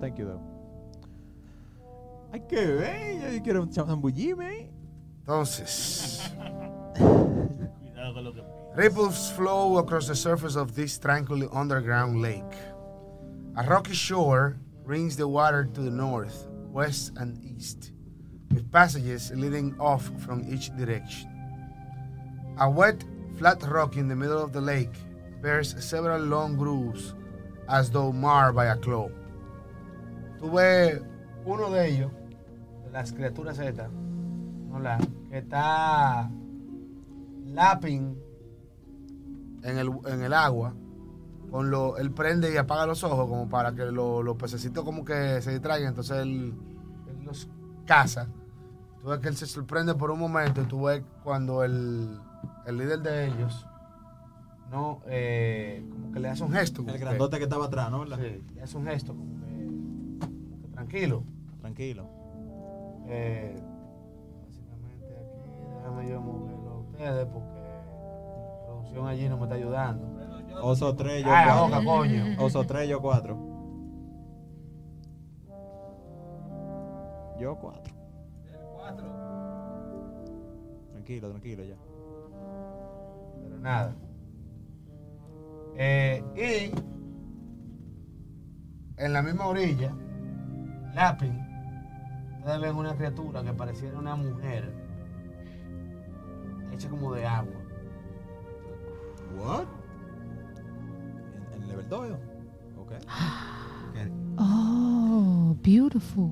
Thank you, though. Ay, qué bello. Yo quiero un zambullime. Entonces, Cuidado con lo que- ripples flow across the surface of this tranquil underground lake. A rocky shore rings the water to the north, west, and east, with passages leading off from each direction. A wet, flat rock in the middle of the lake bears several long grooves as though marred by a claw. Tú ves uno de ellos, de las criaturas estas, no la, que está lapping en el, en el agua. Con lo, él prende y apaga los ojos como para que lo- los pececitos como que se distraigan. Entonces él, él los caza. Tú ves que él se sorprende por un momento y tú ves cuando el, el líder de ellos no eh, como que le hace un gesto. como El que- grandote que estaba atrás, ¿no? Sí, le hace un gesto como que, como que tranquilo. Tranquilo. Eh, básicamente aquí, déjame yo moverlo a ustedes porque la producción allí no me está ayudando. Oso 3, yo Ah, la 4. boca, coño. Oso 3, yo 4. Yo 4. Tranquilo, tranquilo ya. Pero nada. Eh, y en la misma orilla, Lapin, ustedes ven una criatura que pareciera una mujer hecha como de agua. What? En, en level 2, yo. Ok. Oh, beautiful.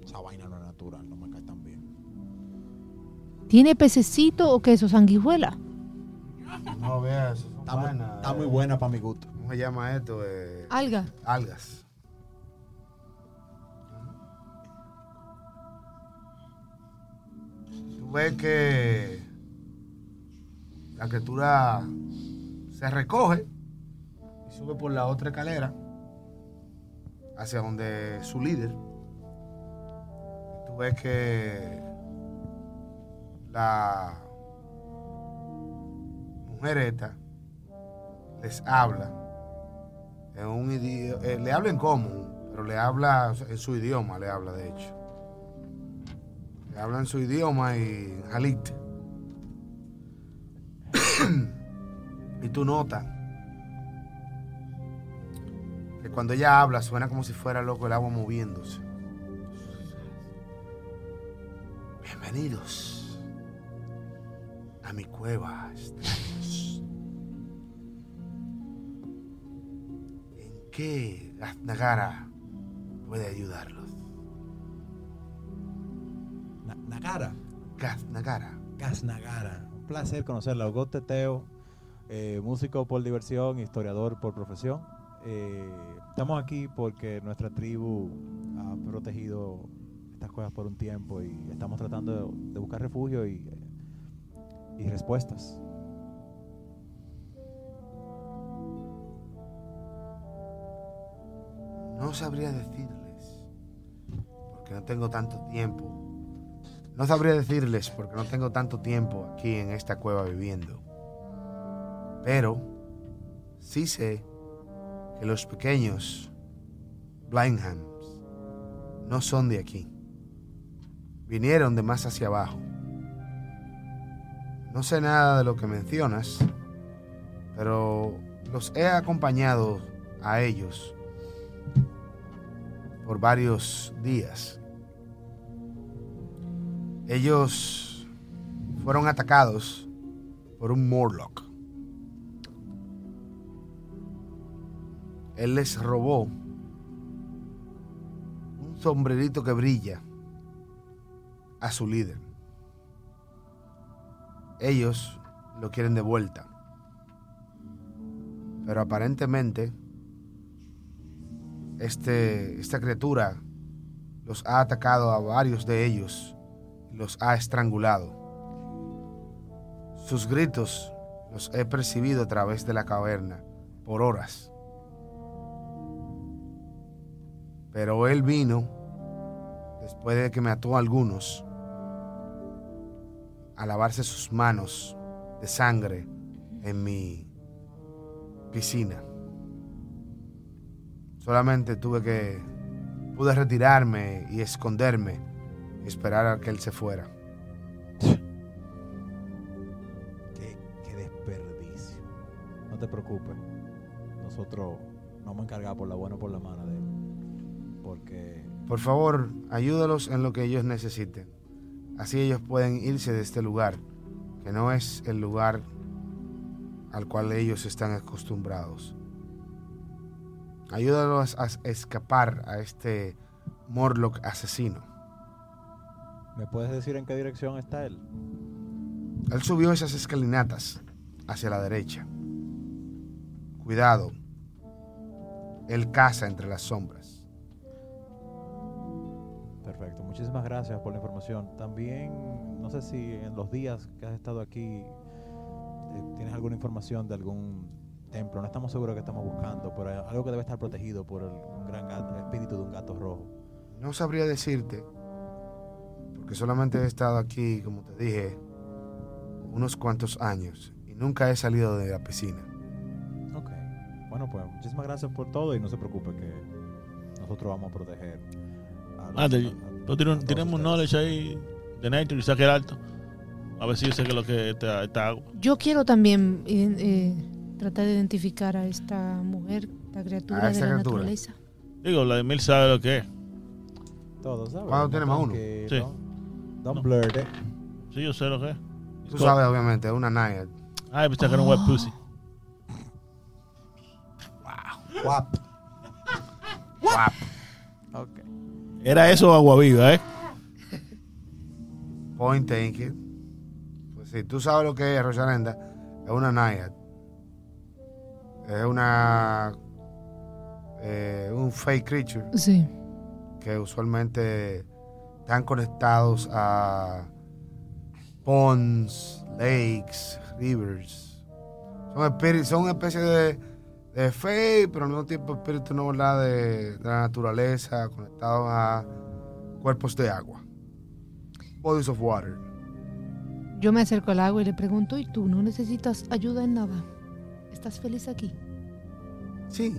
Esa vaina no es natural, no me cae tan bien. ¿Tiene pececito o queso sanguijuela? No veas, eso Está, muy- está muy buena para mi gusto. ¿Cómo se llama esto? Eh, Alga. algas. Tú tú ves que la criatura se recoge y sube por la otra escalera hacia donde su líder. Tú ves que la mujer esta les habla en un idioma, le habla en común, pero le habla en su idioma, le habla de hecho. Le habla en su idioma y jalite. y tú notas que cuando ella habla suena como si fuera loco el agua moviéndose. Bienvenidos a mi cueva, este, extraños. ¿En qué Gaznagara puede ayudarlos? Na- Nagara. Gaznagara. Casnagara. Un placer conocerla. Augusto Teteo, eh, músico por diversión, historiador por profesión. Eh, estamos aquí porque nuestra tribu ha protegido estas cosas por un tiempo y estamos tratando de, de buscar refugio y, y respuestas. No sabría decirles, porque no tengo tanto tiempo. No sabría decirles, porque no tengo tanto tiempo aquí en esta cueva viviendo. Pero sí sé que los pequeños Blindhams no son de aquí. Vinieron de más hacia abajo. No sé nada de lo que mencionas, pero los he acompañado a ellos por varios días. Ellos fueron atacados por un Morlock. Él les robó un sombrerito que brilla a su líder. Ellos lo quieren de vuelta. Pero aparentemente este, esta criatura los ha atacado a varios de ellos y los ha estrangulado. Sus gritos los he percibido a través de la caverna por horas. Pero él vino después de que mató a algunos a lavarse sus manos de sangre en mi piscina. Solamente tuve que... Pude retirarme y esconderme y esperar a que él se fuera. Qué, qué desperdicio. No te preocupes. Nosotros nos vamos a encargar por la buena o por la mala de él. Porque Por favor, ayúdalos en lo que ellos necesiten. Así ellos pueden irse de este lugar, que no es el lugar al cual ellos están acostumbrados. Ayúdalos a escapar a este Morlock asesino. ¿me puedes decir en qué dirección está él? Él subió esas escalinatas hacia la derecha. Cuidado. Él caza entre las sombras. Perfecto, muchísimas gracias por la información. También, no sé si en los días que has estado aquí eh, tienes alguna información de algún templo, no estamos seguros que estamos buscando, pero eh, algo que debe estar protegido por el, un gran gato- el espíritu de un gato rojo. No sabría decirte, porque solamente he estado aquí, como te dije, unos cuantos años y nunca he salido de la piscina. Ok, bueno pues muchísimas gracias por todo y no se preocupe que nosotros vamos a proteger. A Ah, te- a- Tú a tienes, todos tienes un ustedes. knowledge ahí de Nature y saque el alto. A ver si yo sé que lo que está esta agua. Yo quiero también eh, eh, tratar de identificar a esta mujer, esta criatura A de esta la criatura. naturaleza. Digo, Vladimir sabe lo que es. Todos, ¿sabes? ¿Cuándo tiene más uno? Tranquilo. eh, Sí. Don't No. blurt it. Sí, yo sé lo que es. Tú sabes, obviamente, una Naya. Ay, pensé que era un web pussy. Guap. Guap. Ok. Era eso o agua viva, ¿eh? Point taken. Pues si tú sabes lo que es Rosalenda, es una Naya. Es una. eh, un fake creature. Sí. que usualmente están conectados a ponds, lakes, rivers. Son, espíritus, son especies de, de fe, pero al mismo tiempo espíritus no ¿verdad? De, de la naturaleza, conectados a cuerpos de agua. Bodies of water. Yo me acerco al agua y le pregunto, ¿y tú no necesitas ayuda en nada? ¿Estás feliz aquí? Sí,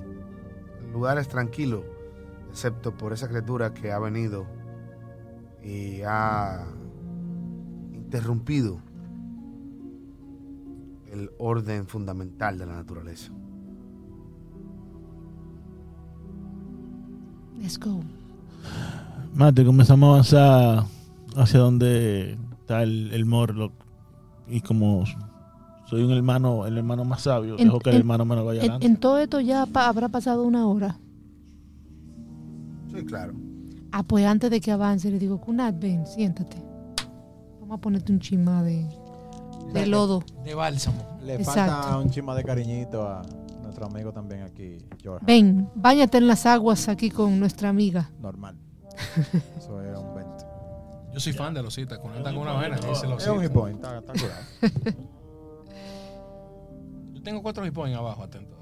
el lugar es tranquilo, excepto por esa criatura que ha venido y ha interrumpido el orden fundamental de la naturaleza. Let's go. Mate, comenzamos a avanzar hacia donde está el, el Morlock. Y como soy un hermano, el hermano más sabio, En- dejo que el en- hermano menos vaya En, adelante. en todo esto ya pa- habrá pasado una hora. Sí, claro. Ah, pues antes de que avance, le digo, Kunat, ven, siéntate. Vamos a ponerte un chima de, de lodo. De bálsamo. Le falta Exacto. un chima de cariñito a nuestro amigo también aquí, Jorge. Ven, báñate en las aguas aquí con nuestra amiga. Normal. Eso es un 20. Yo soy fan de los citas. Con anda con una vena que dice los Es un hit citas. point, está, está curado. Yo tengo cuatro hip hop abajo, atento.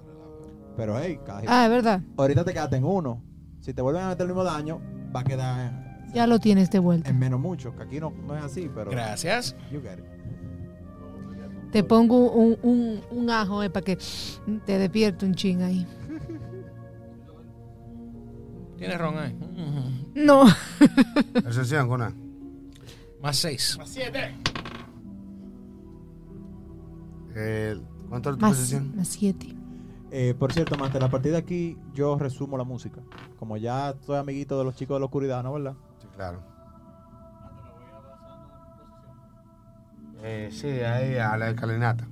Pero hey, cada hit- Ah, es verdad, ahorita te quedaste en uno. Si te vuelven a meter el mismo daño, va a quedar en- ya lo tienes de vuelta. en menos mucho. Que aquí no, no es así, pero. Gracias. You get it. Te pongo un, un- un ajo para que te despierte un ching ahí. Tienes ron ahí. Mm. No. Excepción, Conan. Más seis. Eh, ¿Cuánto es tu Más, posición? más siete. Eh, por cierto, Mante, la partida aquí yo resumo la música. Como ya soy amiguito de los chicos de la oscuridad, ¿no? ¿Verdad? Sí, claro. Eh, sí, ahí a la escalinata.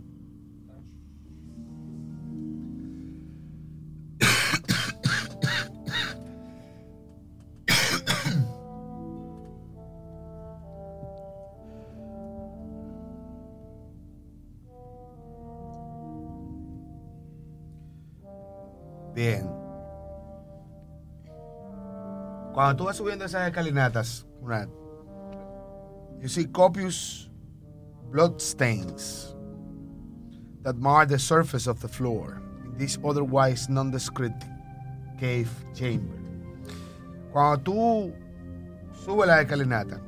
Bien. Cuando tú vas subiendo esas escalinatas, una, you see copious bloodstains that mar the surface of the floor in this otherwise nondescript cave chamber. Cuando tú subes la escalinata,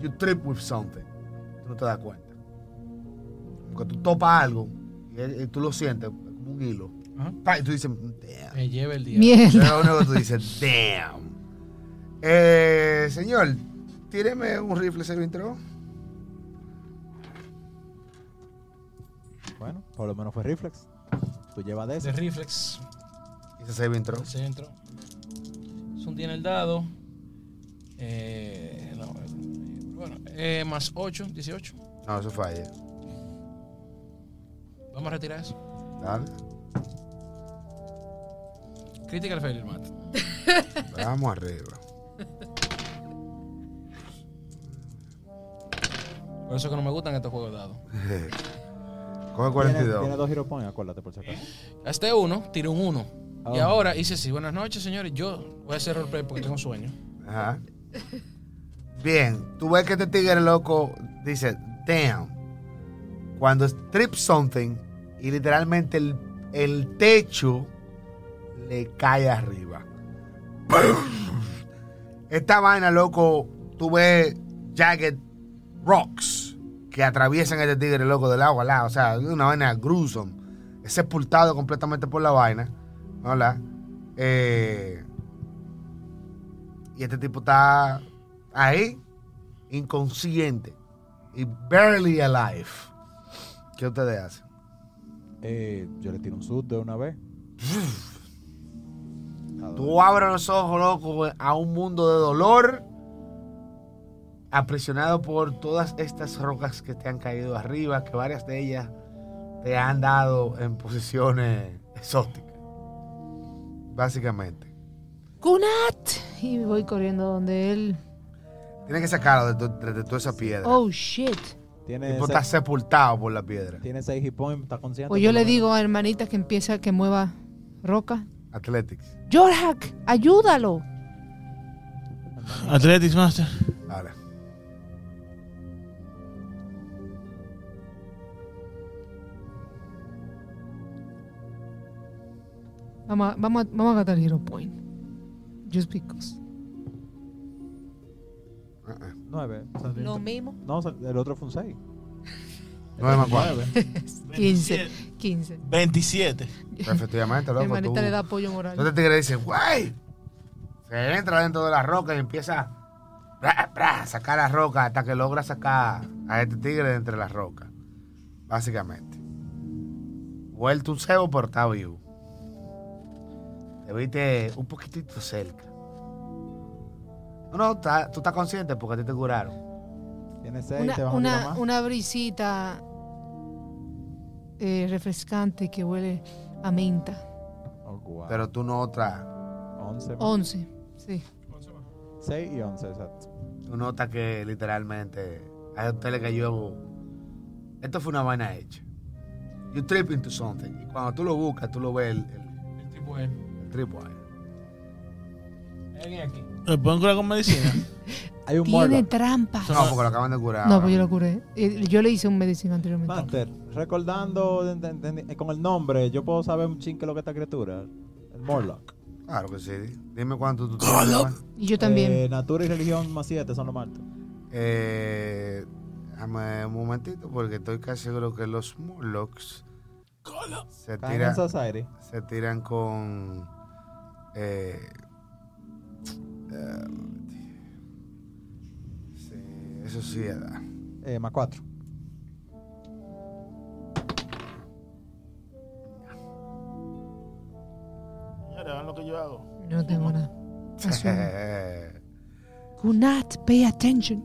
you trip with something. Tú no te das cuenta. Cuando tú topas algo y, y tú lo sientes como un hilo, Ajá. pa, y tú dices, damn. Me lleva el día. Mierda. Eso es lo único que tú dices, damn. Eh, señor, tíreme un rifle se intro. Bueno, por lo menos fue Reflex. Tú llevas de De ese. reflex. Ese save intro. Se entró. Zoom tiene el dado. Eh, no, eh, bueno, eh, más 8, 18. No, eso falla. Vamos a retirar eso. Dale. Critical failure, Matt. Vamos arriba. Por eso es que no me gustan estos juegos de dados. Coge Tiene, 42. tiene dos hero points, acuérdate por si acaso. Gasté uno, tiré un 1. Y Ah. ahora hice así. Buenas noches, señores. Yo voy a hacer roleplay porque tengo sueño. Ajá. Bien, tú ves que este tigre loco dice, damn. Cuando strip something y literalmente el, el techo le cae arriba. ¡Bum! Esta vaina, loco, tú ves jagged rocks que atraviesan este tigre loco del agua al lado. O sea, es una vaina gruesome. Es sepultado completamente por la vaina. Hola. Eh, y este tipo está ahí, inconsciente. Y barely alive. ¿Qué ustedes hacen? Eh, yo le tiro un sud de una vez. A dos. Tú abres los ojos, loco, a un mundo de dolor. Aprisionado por todas estas rocas que te han caído arriba, que varias de ellas te han dado en posiciones exóticas. Básicamente. Kunat. Y voy corriendo donde él. Tienes que sacarlo de, tu- de- de toda esa piedra. Oh, shit. el Tiene tipo está seis, sepultado por la piedra. tiene seis hit points, está consciente. Pues yo por lo le menos. digo a hermanita que empieza que mueva roca. Athletics. Jorhak, ayúdalo. Athletics Master. Ahora. Vamos a, vamos a, vamos a gastar Hero Point. Just because. Nueve. Lo mismo. No, el otro fue un seis. Nueve más cuatro. 15. 15. 27. Efectivamente, Mi loco. Tú, hermanita le da apoyo moral. entonces el tigre dice, güey. Se entra dentro de la roca y empieza bra, bra, a sacar la roca hasta que logra sacar a este tigre de entre las rocas. Básicamente. Vuelto un cebo, pero está vivo. Te viste un poquitito cerca. No, no, está- tú estás consciente porque a ti te curaron. Tiene seis, te Una, vas a tirar una, más. una brisita eh, refrescante que huele a menta. Oh, guau. Pero tú no notas, Once. 11. Sí. Seis y once, exacto. tú notas que literalmente a usted le cayó. Esto fue una vaina hecha. You trip into something. Y cuando tú lo buscas, tú lo ves el, el, El tipo es. "Eh, el tripo ahí. Alguien aquí. ¿Me pueden curar con medicina? Hay un Tiene morbo. trampas. No, porque lo acaban de curar. No, ahora. pues yo lo curé. Eh, Yo le hice un medicina anteriormente. Master, recordando de- de- de- eh, con el nombre, yo puedo saber un chin que es lo que es esta criatura. El Morlock. Claro que sí. Dime cuánto tú Y yo también. Eh, natura y religión más siete son los martes. Eh, Dame un momentito, porque estoy casi seguro que los Morlocks se Caen tiran, Society. se tiran con. Eh, eh, sí, eso sí, edad. Eh, más cuatro. Señores, vean lo que yo hago. yo no tengo nada. Asumo. Society. Kunat, pay attention.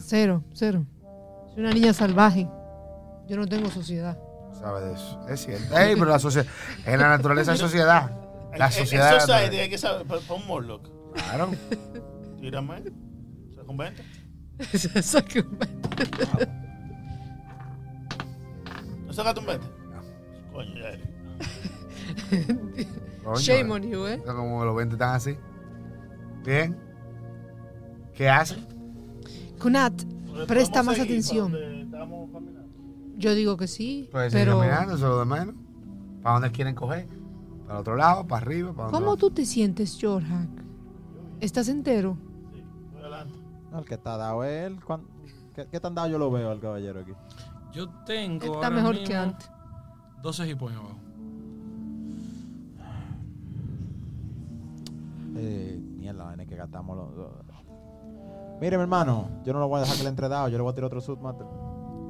Cero, cero. Soy una niña salvaje. Yo no tengo sociedad. Sabe de eso. Es cierto. Ey, pero la sociedad. En la naturaleza hay sociedad. La sociedad. En de la society hay naturaleza. que saber. pa- pa' un Morlock. Claro. Tírame. Se converte. ¿No sacaste un 20? Coño, ya eres. Coño, Shame on you, eh. eh. Como los 20 están así. Bien. ¿Qué hace? Kunat, presta Podemos más seguir atención. para donde estábamos caminando. Yo digo que sí, Pues sigue pero caminando, eso es lo de menos. ¿Para dónde quieren coger? ¿Para el otro lado? ¿Para arriba? ¿Para dónde ¿cómo van? tú te sientes, Jorhack? ¿Estás entero? Voy adelante. No, el que está dado es él. ¿Cuán- ¿Qué, ¿Qué tan dado yo lo veo al caballero aquí? Yo tengo. Está ahora mejor mismo que antes. 12 hit points abajo. Eh, mierda, la vaina es que gastamos los. los- Mire, mi hermano, yo no lo voy a dejar que le entre dado, yo le voy a tirar otro sub, Master.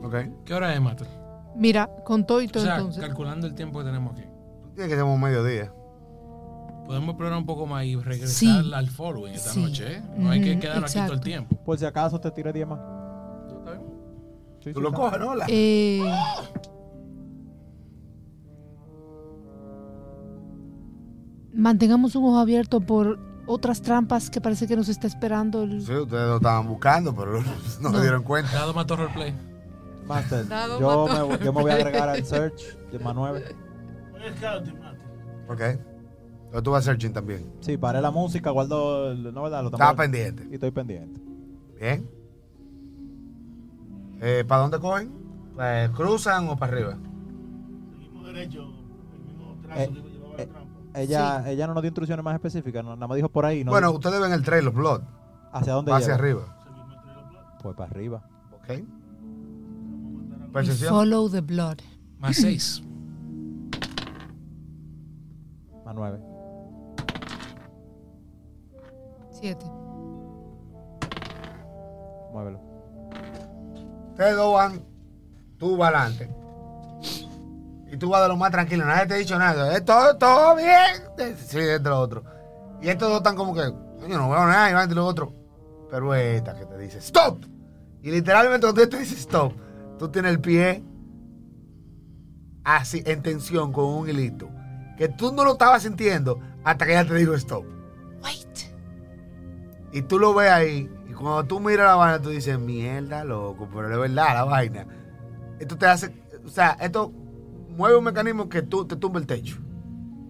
Ok. ¿Qué hora es, Mato? Mira, con todo y O todo sea, entonces. calculando el tiempo que tenemos aquí. Tiene que ser un mediodía. Podemos explorar un poco más y regresar Sí. al following esta Sí. noche, ¿eh? No hay que Ujú, quedarnos aquí todo el exacto. tiempo. Por si acaso te tira 10 más. ¿Está bien? Sí, Tú sí, lo está. coges, ¿no? La- Eh, mantengamos un ojo abierto por otras trampas que parece que nos está esperando el... Sí, ustedes lo estaban buscando, pero no, se dieron cuenta. Dado mató roleplay. Master, Dado yo mató. me, yo me voy a agregar al search de más 9. Voy al scouting, Mate. Ok. Pero tú vas a searching también. Sí, paré la música, guardo. el- No, ¿verdad? Lo Estaba tambores. pendiente. Y estoy pendiente. Bien. Eh, ¿Para dónde cogen? Pues, ¿Cruzan o para arriba? Seguimos derecho. El mismo trazo Eh, que llevaba la eh. trampa. Ella, ella no nos dio instrucciones más específicas, no- nada más dijo por ahí. No bueno, ustedes ven el trail of blood. dijo hacia dónde Va hacia lleva. arriba. Seguimos entre los bloques. Pues para arriba. Ok. Vamos a matar a los- y Percepción. follow the blood. Más 6. Más 9. Siete. Muévelo. Ustedes dos van, tú vas adelante. Y tú vas de lo más tranquilo, nadie te ha dicho nada. Es todo, todo bien. Sí, es de lo otro. Y estos dos están como que, coño, no veo nada, y van de lo otro. Pero esta que te dice, ¡stop! Y literalmente cuando ella te dice stop, tú tienes el pie así, en tensión, con un hilito. Que tú no lo estabas sintiendo hasta que ella te dijo stop. Wait. Y tú lo ves ahí, y cuando tú miras la vaina, tú dices, mierda, loco, pero es verdad la vaina. Esto te hace, o sea, esto mueve un mecanismo que tú te tumba el techo.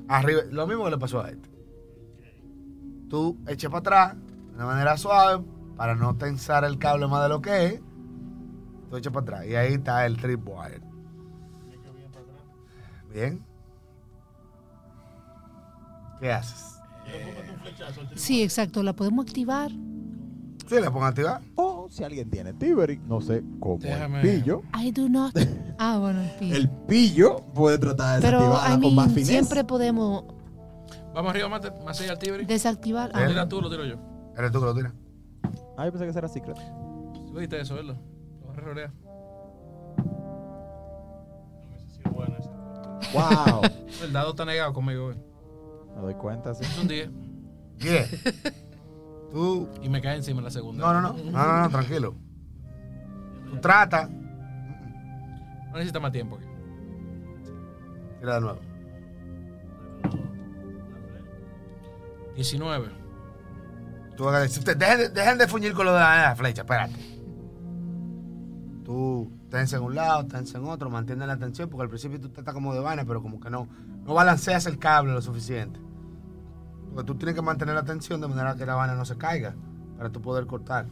Arriba, lo mismo que le pasó a este. Tú echas para atrás, de una manera suave, para no tensar el cable más de lo que es. Tú echas para atrás, y ahí está el tripwire. Bien. ¿Qué haces? Sí, exacto, la podemos activar. Sí, la pongo a activar. O si alguien tiene Tiberi, no sé cómo. Déjame- El pillo. I do not. Ah, bueno, el pillo. El pillo puede tratar de Pero desactivarla I con más mean, fineza. siempre podemos Vamos arriba, mate, más allá al Tibri. desactivar. Él- Ah, Tira tú, lo tiro yo. Eres tú que lo tiras. Ah, yo pensé que era secret. Tú dijiste eso, ¿verdad? Lo vas a rerolear. ¡Wow! El dado está negado conmigo, güey. Me doy cuenta, sí. Es un 10 Yeah. Tú. y me cae encima la segunda. No, no, no. No, no, no, tranquilo. Tú trata. No necesita más tiempo. aquí. Tira de nuevo. 19. Tú hagas- si usted- dejen, de- dejen de fuñir con lo de la, la flecha, espérate. Tú tensa en un lado, tensa en otro, mantén la atención porque al principio tú estás como de vaina, pero como que no, no balanceas el cable lo suficiente. Porque tú tienes que mantener la tensión de manera que la vaina no se caiga para tú poder cortar.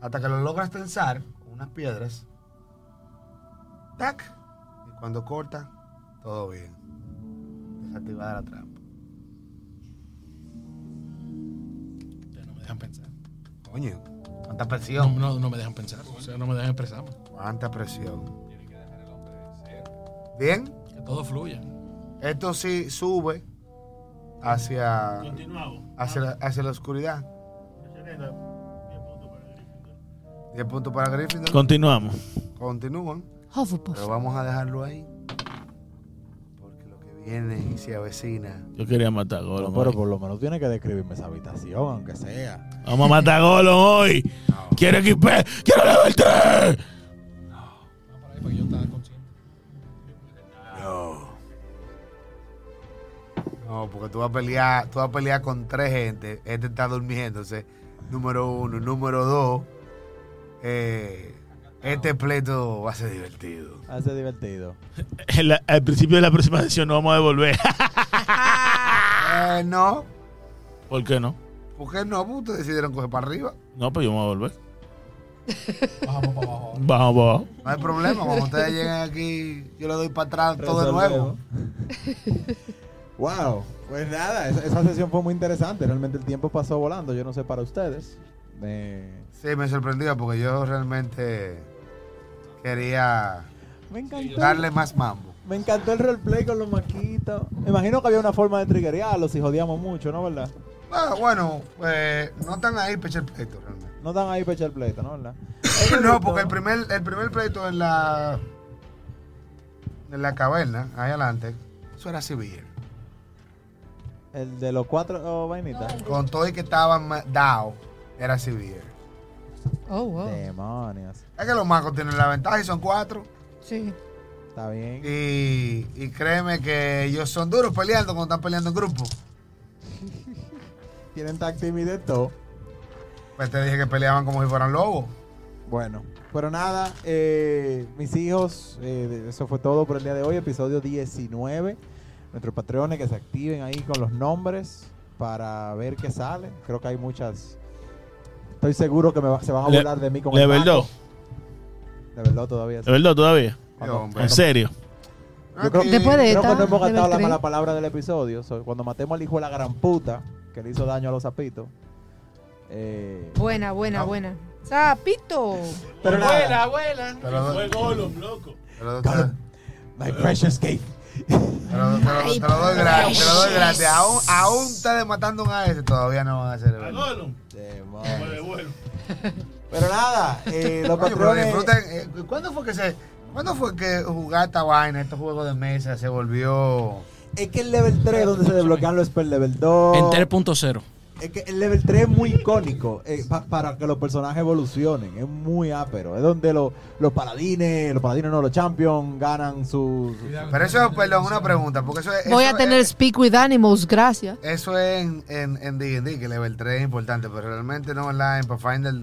Hasta que lo logras tensar con unas piedras. ¡Tac! Y cuando corta, todo bien. Desactivada la trampa. Ya no me dejan pensar. Coño, cuánta No, presión. no, no me dejan pensar. O sea, no me dejan expresar. Cuánta presión. Bien, Que todo fluya. esto sí sube hacia, Continuamos. hacia, la, hacia la oscuridad. 10 puntos para Gryffindor. Continuamos. Continúan, Hufflepuff. pero vamos a dejarlo ahí. Porque lo que viene y se avecina. Yo quería matar a Gollum. Pero hoy. por lo menos tiene que describirme esa habitación, aunque sea. Vamos a matar a Gollum hoy. Quiero equipar. Quiero levarte. No, para ahí, porque yo estaba consciente. No. No, porque tú vas a pelear, tú vas a pelear con tres gente. Este está durmiéndose. Número uno. Número dos. eh, este pleito va a ser divertido. Hace Ah, divertido. En la- al principio de la próxima sesión nos vamos a devolver. Eh, no. ¿Por qué no? ¿Por qué no? Porque ustedes decidieron coger para arriba. No, pues yo me voy a volver. Bajamos para abajo. Vamos, vamos. No hay problema. Cuando ustedes lleguen aquí, yo le doy para atrás todo de nuevo. wow. Pues nada, esa, esa sesión fue muy interesante. Realmente el tiempo pasó volando. Yo no sé para ustedes. Eh, Sí, me sorprendió porque yo realmente quería me encantó. darle más mambo. Me encantó el roleplay con los maquitos. Me imagino que había una forma de triggerearlos si jodíamos mucho, ¿no? ¿Verdad? Ah, bueno, pues no están ahí pecho el pleito realmente. No dan ahí para echar pleito, ¿no? ¿Verdad? No, porque el primer, el primer pleito en la en la caverna, ahí adelante, eso era civil. El de los cuatro oh, vainitas. Con todo el que estaba ma- dao, era civil. Oh, wow. Demonios. Es que los magos tienen la ventaja y son cuatro. Sí. Está bien. Y, y créeme que ellos son duros peleando cuando están peleando en grupo. Tienen táctil y de todo. Pues te dije que peleaban como si fueran lobos. Bueno, pero nada, eh, mis hijos, eh, eso fue todo por el día de hoy, episodio 19. Nuestros patrones que se activen ahí con los nombres para ver qué sale. Creo que hay muchas. Estoy seguro que me va- se van a Le- burlar de mí con el Level taco. 2. Level 2 todavía. sí. Level 2 todavía. Cuando- Yo, hombre. En serio. Yo creo- Aquí- Después de- Creo que no Level hemos gastado la tres. mala palabra del episodio. so, cuando matemos al hijo de la gran puta que le hizo daño a los zapitos. eh, Buena, Ah. buena, buena. ¡Sapito! pero nada, abuela. Te lo doy- Gollum, loco. te lo doy- te God, my precious cake. lo- te lo- te lo doy gratis. Te lo doy gratis. Aún, aún ustedes matando un AS todavía no van a hacer el Gollum. Demonios. Pero nada, eh, los Coño, pero patrones. disfruten. eh, ¿Cuándo fue que se.? ¿Cuándo fue que jugar esta vaina, estos juegos de mesa, se volvió Es que el level 3 es donde se desbloquean los spell level 2. En 3.0. Es que el level 3 es muy icónico eh, pa- para que los personajes evolucionen. Es muy ápero. Es donde lo- los paladines, los paladines no, los champions ganan sus. Pero eso, perdón, una pregunta, porque eso es... Voy eso a tener es- Speak with Animals, gracias. eso es en en- en D&D, que level 3 es importante, pero realmente no, ¿verdad? En Pathfinder...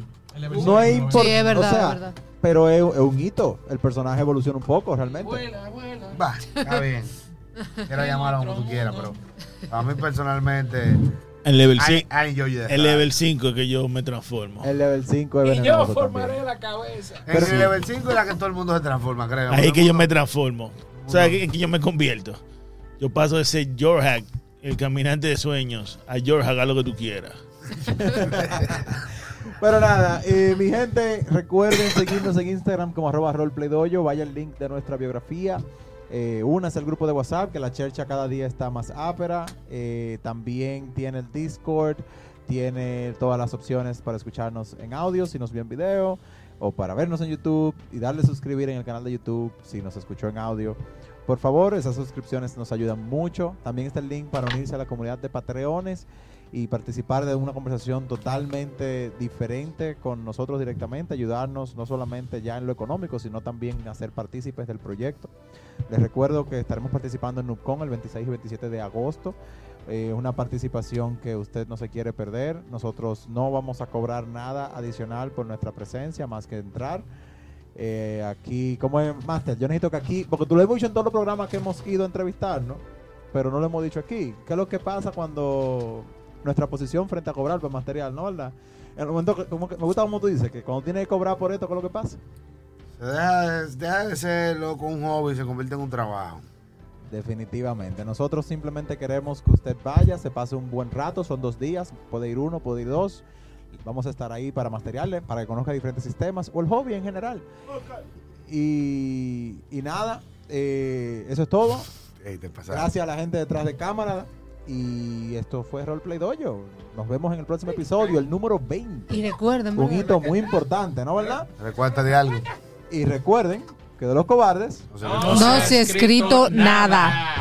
No es importante. es verdad, o sea, es verdad. Pero es, es un hito. El personaje evoluciona un poco realmente. Abuela, abuela. Va, está bien. Quiero llamarlo como tú quieras, pero a mí personalmente... El level I, 5. I enjoy that. El level 5 que yo me transformo. El level 5 es venenoso también. la cabeza. En pero- el level 5 es la que todo el mundo se transforma, creo. Ahí es Todo que el yo mundo- me transformo. O sea, que, que yo me convierto. Yo paso de ser Jorhack el caminante de sueños. A George, haga lo que tú quieras. Pero nada, eh, mi gente, recuerden seguirnos en Instagram como arroba roleplaydoyo. Vaya el link de nuestra biografía. Eh, únase al grupo de WhatsApp, que la chercha cada día está más ápera. Eh, también tiene el Discord, tiene todas las opciones para escucharnos en audio, si nos vio en video, o para vernos en YouTube y darle suscribir en el canal de YouTube si nos escuchó en audio. Por favor, esas suscripciones nos ayudan mucho. También está el link para unirse a la comunidad de Patreones y participar de una conversación totalmente diferente con nosotros directamente, ayudarnos no solamente ya en lo económico, sino también a ser partícipes del proyecto. Les recuerdo que estaremos participando en NUPCON el 26 y 27 de agosto. Eh, una participación que usted no se quiere perder. Nosotros no vamos a cobrar nada adicional por nuestra presencia, más que entrar. Eh, aquí, como es Master, yo necesito que aquí, porque tú lo has dicho en todos los programas que hemos ido a entrevistar, ¿no? Pero no lo hemos dicho aquí. ¿Qué es lo que pasa cuando nuestra posición frente a cobrar por material, ¿no? ¿Verdad? En el momento que, como que- me gusta como tú dices, que cuando tienes que cobrar por esto, ¿qué es lo que pasa? Se deja, de, deja de ser loco un hobby y se convierte en un trabajo. Definitivamente. Nosotros simplemente queremos que usted vaya, se pase un buen rato, son dos días, puede ir uno, puede ir dos. Vamos a estar ahí para materiales, para que conozca diferentes sistemas o el hobby en general. Y, y nada, eh, eso es todo. Ey, te pasaste. Gracias a la gente detrás de cámara. Y esto fue Roleplay Dojo. Nos vemos en el próximo episodio, el número 20. Y recuerden, Un ¿verdad? hito muy importante, ¿no, verdad? Recuerda de algo. Y recuerden que de los cobardes Ah, No se No se ha escrito nada.